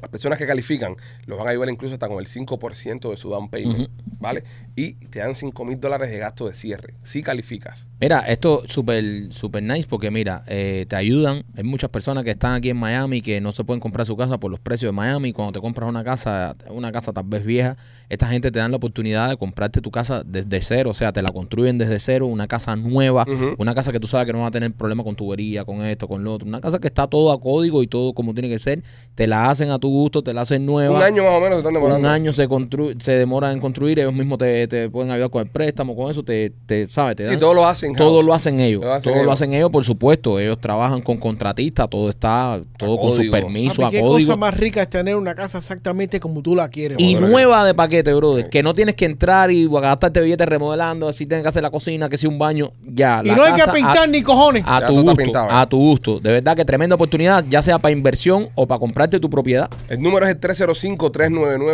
Las personas que califican los van a ayudar incluso hasta con el 5% de su down payment, Ujú. ¿vale? Y te dan 5 mil dólares de gasto de cierre, si calificas. Mira, esto súper super nice porque mira, eh, te ayudan. Hay muchas personas que están aquí en Miami que no se pueden comprar su casa por los precios de Miami. Cuando te compras una casa, una casa tal vez vieja, esta gente te dan la oportunidad de comprarte tu casa desde cero. O sea, te la construyen desde cero, una casa nueva, Ujú. una casa que tú sabes que no va a tener problema con tubería, con esto, con lo otro. Una casa que está todo a código y todo como tiene que ser. Te la hacen a tu gusto, te la hacen nueva. Un año más o menos se están demorando. Un año se, constru- se demora en construir, ellos mismos te, te pueden ayudar con el préstamo, con eso, te, te ¿sabes? Te Sí, dan- todo lo hacen. todo house. lo hacen ellos. Lo hacen todo lo ellos. hacen ellos, por supuesto. Ellos trabajan con contratistas, todo está, todo con sus código. permisos, a Papi, qué código. cosa más rica es tener una casa exactamente como tú la quieres. Y Joder. nueva de paquete, brother. Que no tienes que entrar y gastarte billetes remodelando, así tienes que hacer la cocina, que si un baño, ya. Y la no hay que casa Ah, a- pintar ni cojones. A Ya tu todo está gusto, pintado, eh. ya. a tu gusto. De verdad que tremenda oportunidad, ya sea para inversión o para comprarte tu propiedad. El número es el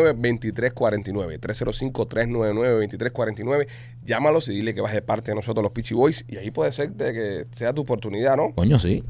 305-399-2349. 305-399-2349. Llámalos y dile que vas de parte de nosotros los Pitchy Boys. Y ahí puede ser de que sea tu oportunidad, ¿no? Coño, sí.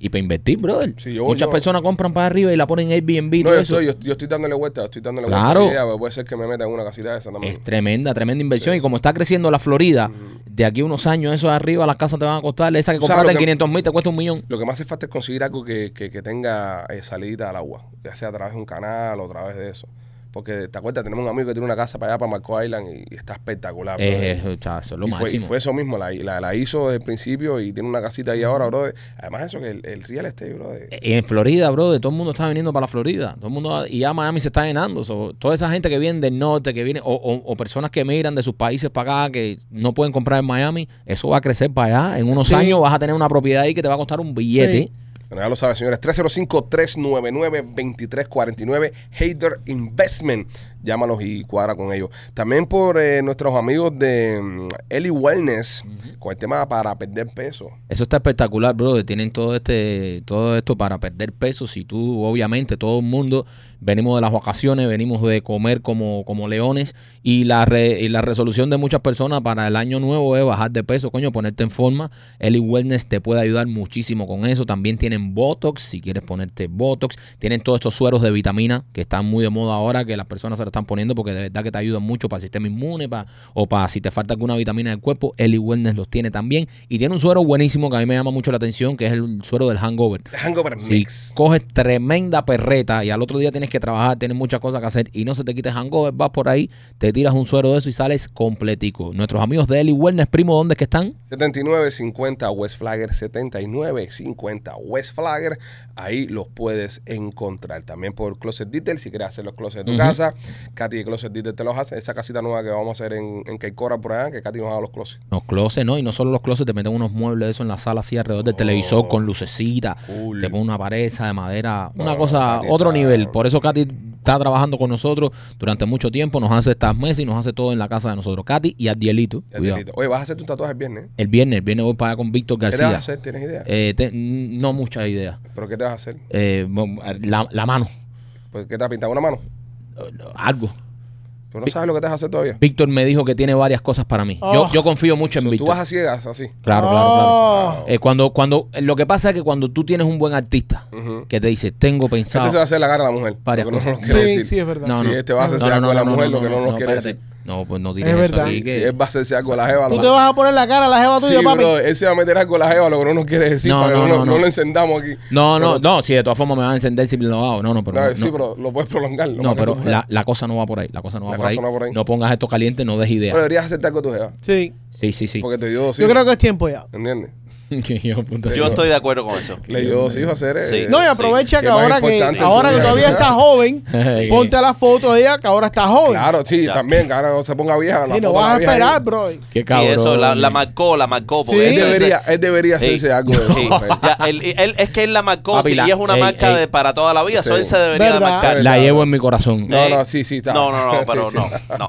Y para invertir, brother. Sí, yo- Muchas yo- personas compran para arriba y la ponen en Airbnb. y No, todo yo eso. estoy, yo, yo estoy dándole vuelta, estoy dándole Claro. Este. vuelta. a la idea, pues Puede ser que me meta en una casita de esa también. Es tremenda, tremenda inversión. Y como está creciendo la Florida, de aquí a unos años, eso de arriba, las casas te van a costar. Esa que ¿Sabes lo compraste en que- 500 mil te cuesta un millón. Lo que más hace falta es conseguir algo que, que- que tenga eh, salida al agua, ya sea a través de un canal o a través de eso. Porque te acuerdas, tenemos un amigo que tiene una casa para allá, para Marco Island, y, y está espectacular. brother. Eh, eh, cha, eso es lo Ah, pues, y, fue, y máximo. fue eso mismo, la, la- la hizo desde el principio y tiene una casita ahí ahora, brother. Además, eso que el, el real estate, brother. Y en Florida, bro, todo el mundo está viniendo para la Florida. Todo el mundo, y ya Miami se está llenando. So, toda esa gente que viene del norte, que viene, o, o- o personas que emigran de sus países para acá, que no pueden comprar en Miami, eso va a crecer para allá. En unos Sí. años vas a tener una propiedad ahí que te va a costar un billete. Sí. Bueno, ya lo sabes, señores. 305-399-2349. Hater Investment. Llámalos y cuadra con ellos. También por eh, nuestros amigos de mm, Eli Wellness, con el tema para perder peso. Eso está espectacular, brother. Tienen todo este, todo esto para perder peso. Si tú, obviamente, todo el mundo venimos de las vacaciones, venimos de comer como, como leones y la, re- y la resolución de muchas personas para el año nuevo es bajar de peso, coño, ponerte en forma. Eli Wellness te puede ayudar muchísimo con eso. También tienen Botox, si quieres ponerte Botox. Tienen todos estos sueros de vitamina que están muy de moda ahora, que las personas se lo están poniendo porque de verdad que te ayudan mucho para el sistema inmune para, o para si te falta alguna vitamina del cuerpo. Eli Wellness los tiene también. Y tiene un suero buenísimo que a mí me llama mucho la atención, que es el suero del hangover. Hangover Si Mix. coges tremenda perreta y al otro día tienes que trabajar, tienes muchas cosas que hacer y no se te quite hangover, vas por ahí, te tiras un suero de eso y sales completico. Nuestros amigos de Eli Wellness, primo, ¿dónde es que están? 7950 West Flagger, 7950 West Flagger, ahí los puedes encontrar. También por Closet Detail, si quieres hacer los closets de tu Ujú. casa, Katy de Closet Detail te los hace. Esa casita nueva que vamos a hacer en, en Keikora por allá, que Katy nos haga los closets. Los closets, ¿no? Y no solo los closets, te meten unos muebles de eso en la sala así alrededor del Oh. televisor con lucecita. Cool. Te ponen una pareja de madera, No, una no, cosa, Katy otro está- nivel. Por eso Katy está trabajando con nosotros durante mucho tiempo, nos hace estas mesas y nos hace todo en la casa de nosotros. Katy y Adielito. Ya, cuidado. Telito. Oye, vas a hacer tu tatuaje el viernes. ¿eh? El viernes, el viernes voy para allá con Víctor ¿Qué te vas a García. hacer? ¿Tienes idea? Eh, te- no muchas ideas. ¿Pero qué te vas a hacer? Eh, mo- la, la mano, Pues, ¿Qué te has pintado una mano? algo. Tú no sabes lo que te vas a hacer todavía. Víctor me dijo que tiene varias cosas para mí. Oh. Yo, yo confío mucho en So, tú Víctor. vas a ciegas, así. Claro, claro, claro. Oh. Eh, cuando, cuando, lo que pasa es que cuando tú tienes un buen artista Ujú. que te dice, tengo pensado. Este se va a hacer la cara a la mujer. Varias porque no nos lo cosas. quiere Sí, decir. sí, es verdad. No, sí, este va a hacerse algo a la mujer, lo que no nos quiere espérate. No, pues no tienes Es eso verdad. aquí, Sí, que- sí, él va a hacerse algo a la jeva. Tú lo- te vas a poner la cara a la jeva Sí, tuya, papi. bro, él se va a meter algo en la jeva, lo que no nos quiere decir, No, para que no, no, no, no no. lo encendamos aquí. No, no, no, si de todas formas me van a encender si lo hago. No, no, pero. No, no, sí, no. pero lo puedes prolongar. lo No, más que pero tú la, puedas. la cosa no va por ahí. La cosa no va, La por, ahí. cosa no va por ahí. No pongas esto caliente, no des ideas. Pero deberías hacerte algo tu jeva. Sí. Sí, sí, sí. Porque te dio dos Yo hijos, creo que es tiempo ya. ¿Entiendes? Que yo, puta, Yo estoy de acuerdo con eso. Le dio dos hijos a hacer. Sí. eh, No, y aprovecha Qué que más ahora que importante ahora que todavía, todavía ¿verdad? está joven, Sí. ponte a la foto de ella que ahora está joven. Claro, sí, Ya. también, que ahora se ponga vieja. la y foto no de la vas a vieja ahí. esperar, bro. Qué Sí, cabrón. eso la, la marcó, la marcó. porque Él Sí. eso- debería, él debería Sí. hacerse algo de Sí. eso. pues. Ya, él- él- es que él la marcó Papi, sí, la- y es una ey, marca ey. de para toda la vida. So, él se debería de ¿Verdad? marcar. La llevo en mi corazón. No, Ey. no, sí, sí, está. No, no, no, pero Sí, sí. no, no.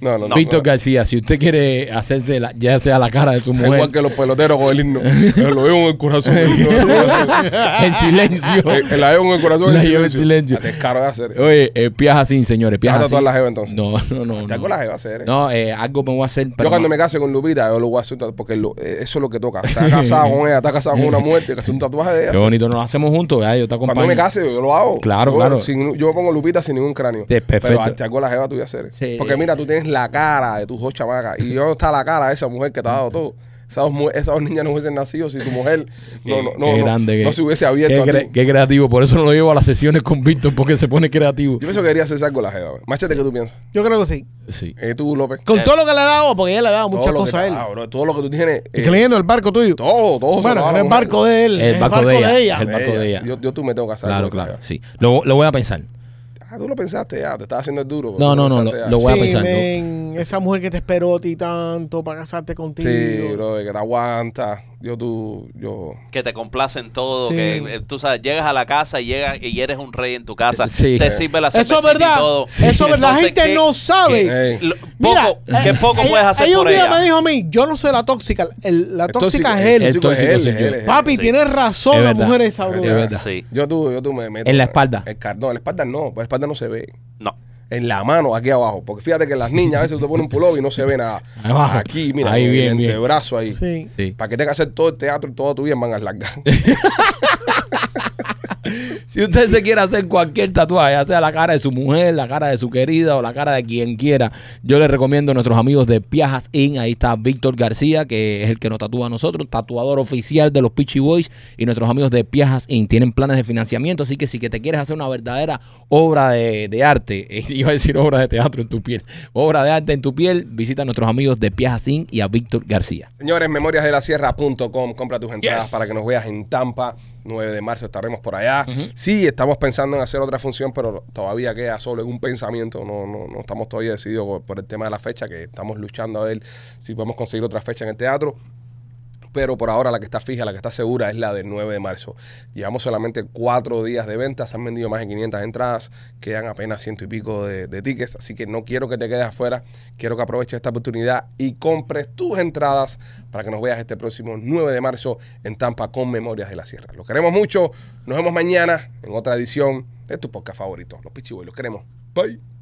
No, no, no. Víctor García, si usted quiere hacerse la- ya sea la cara de su mujer Igual que los peloteros con el himno. Yo Lo veo en el corazón. Lo veo en el corazón. en silencio. Eh, La llevo en el corazón. La llevo en silencio. Ah, Te caro de hacer. Oye, eh, piaja sin, señores. Piaja Ahora sin. todas las jevas, entonces. No, no, no. Te no. con la jeva hacer. eh. No, eh, algo me voy a hacer. Yo pero cuando no. me case con Lupita, yo lo voy a hacer un tatuaje, porque lo- eh, eso es lo que toca. Está casado con ella, está casado con una muerte, que hacer un tatuaje de ella. Qué bonito, nos lo hacemos juntos. ya, Yo te acompaño. Cuando me case, yo lo hago. Claro, yo, claro. sin- yo me pongo Lupita sin ningún cráneo. Sí, perfecto. Pero hasta con la jeva tú voy a hacer. Sí. Porque mira, tú tienes la cara de tus dos chamacas y yo no está la cara de esa mujer que te ha dado todo. Esas dos, mu- esas dos niñas no hubiesen nacido si tu mujer no, no, Qué- no, qué no- grande que- no se hubiese abierto. Qué, a cre- ti. qué creativo. Por eso no lo llevo a las sesiones con Víctor, porque se pone creativo. Yo pienso que debería hacerse algo la jeva. Machete, ¿qué tú piensas? Yo creo que sí. Sí. Eh, tú, López. Con todo lo que le ha dado, porque ella le ha dado Todo muchas lo que cosas a te- él. ah, bro, todo lo que tú tienes. eh, Incluyendo el barco tuyo. todo, todo. se lo da Bueno, la el mujer. barco de él. El barco de ella, el barco de ella. Yo, yo tú me tengo que casar. Claro, con esa claro. jeva. Sí. Lo, lo voy a pensar. Ah, tú lo pensaste ya, te estás haciendo el duro. No, tú no, no, pensaste ah, lo- ya. lo voy a Sí, pensar, ¿no? men, esa mujer que te esperó a ti tanto para casarte contigo. Sí, brother, que te aguanta. Yo tú, yo. que te complacen todo, Sí. que eh, tú sabes, llegas a la casa y llegas y eres un rey en tu casa, Sí. te sirve la Eso es cervecita verdad. y todo. Eso es verdad. La Entonces, gente ¿qué- no sabe. qué- Ey. lo- Mira, poco, eh, ¿Qué poco ella- puedes hacer ella por un día ella? me dijo a mí, yo no soy la tóxica, el- la El tóxica tóxico- es él. el tóxico El es tóxico él, es él, soy yo. es él. Papi, tienes razón, Es la verdad. mujer esa, Es bro. Es verdad. Sí, Yo tú, yo tú me meto. En la espalda. El car- no, en la espalda no, la espalda no se ve. no. En la mano, aquí abajo. Porque fíjate que las niñas a veces tú te pones un pullover y no se ve nada. Abajo. Aquí, mira, Ahí, en bien, el bien. antebrazo ahí. Sí. Sí. Para que tengas que hacer todo el teatro y toda tu vida en mangas largas. Si usted se quiere hacer cualquier tatuaje, ya sea la cara de su mujer, la cara de su querida o la cara de quien quiera, yo le recomiendo a nuestros amigos de Piajas Inc. Ahí está Víctor García, que es el que nos tatúa a nosotros, tatuador oficial de los Peachy Boys. Y nuestros amigos de Piajas Inc. tienen planes de financiamiento, así que si que te quieres hacer una verdadera obra de, de arte, eh, iba a decir obra de teatro en tu piel, obra de arte en tu piel, visita a nuestros amigos de Piajas Inc. y a Víctor García. Señores, memoriasdelasierra.com, compra tus entradas Yes. para que nos veas en Tampa. 9 de marzo estaremos por allá. Sí, estamos pensando en hacer otra función, pero todavía queda solo en un pensamiento. No, no, no estamos todavía decididos por, por el tema de la fecha, que estamos luchando a ver si podemos conseguir otra fecha en el teatro. Pero por ahora la que está fija, la que está segura es la del 9 de marzo. Llevamos solamente cuatro días de ventas, se han vendido más de 500 entradas, quedan apenas ciento y pico de, de tickets, así que no quiero que te quedes afuera, quiero que aproveches esta oportunidad y compres tus entradas para que nos veas este próximo 9 de marzo en Tampa con Memorias de la Sierra. Los queremos mucho, nos vemos mañana en otra edición de tu podcast favorito, Los Pichiboy, los queremos. Bye.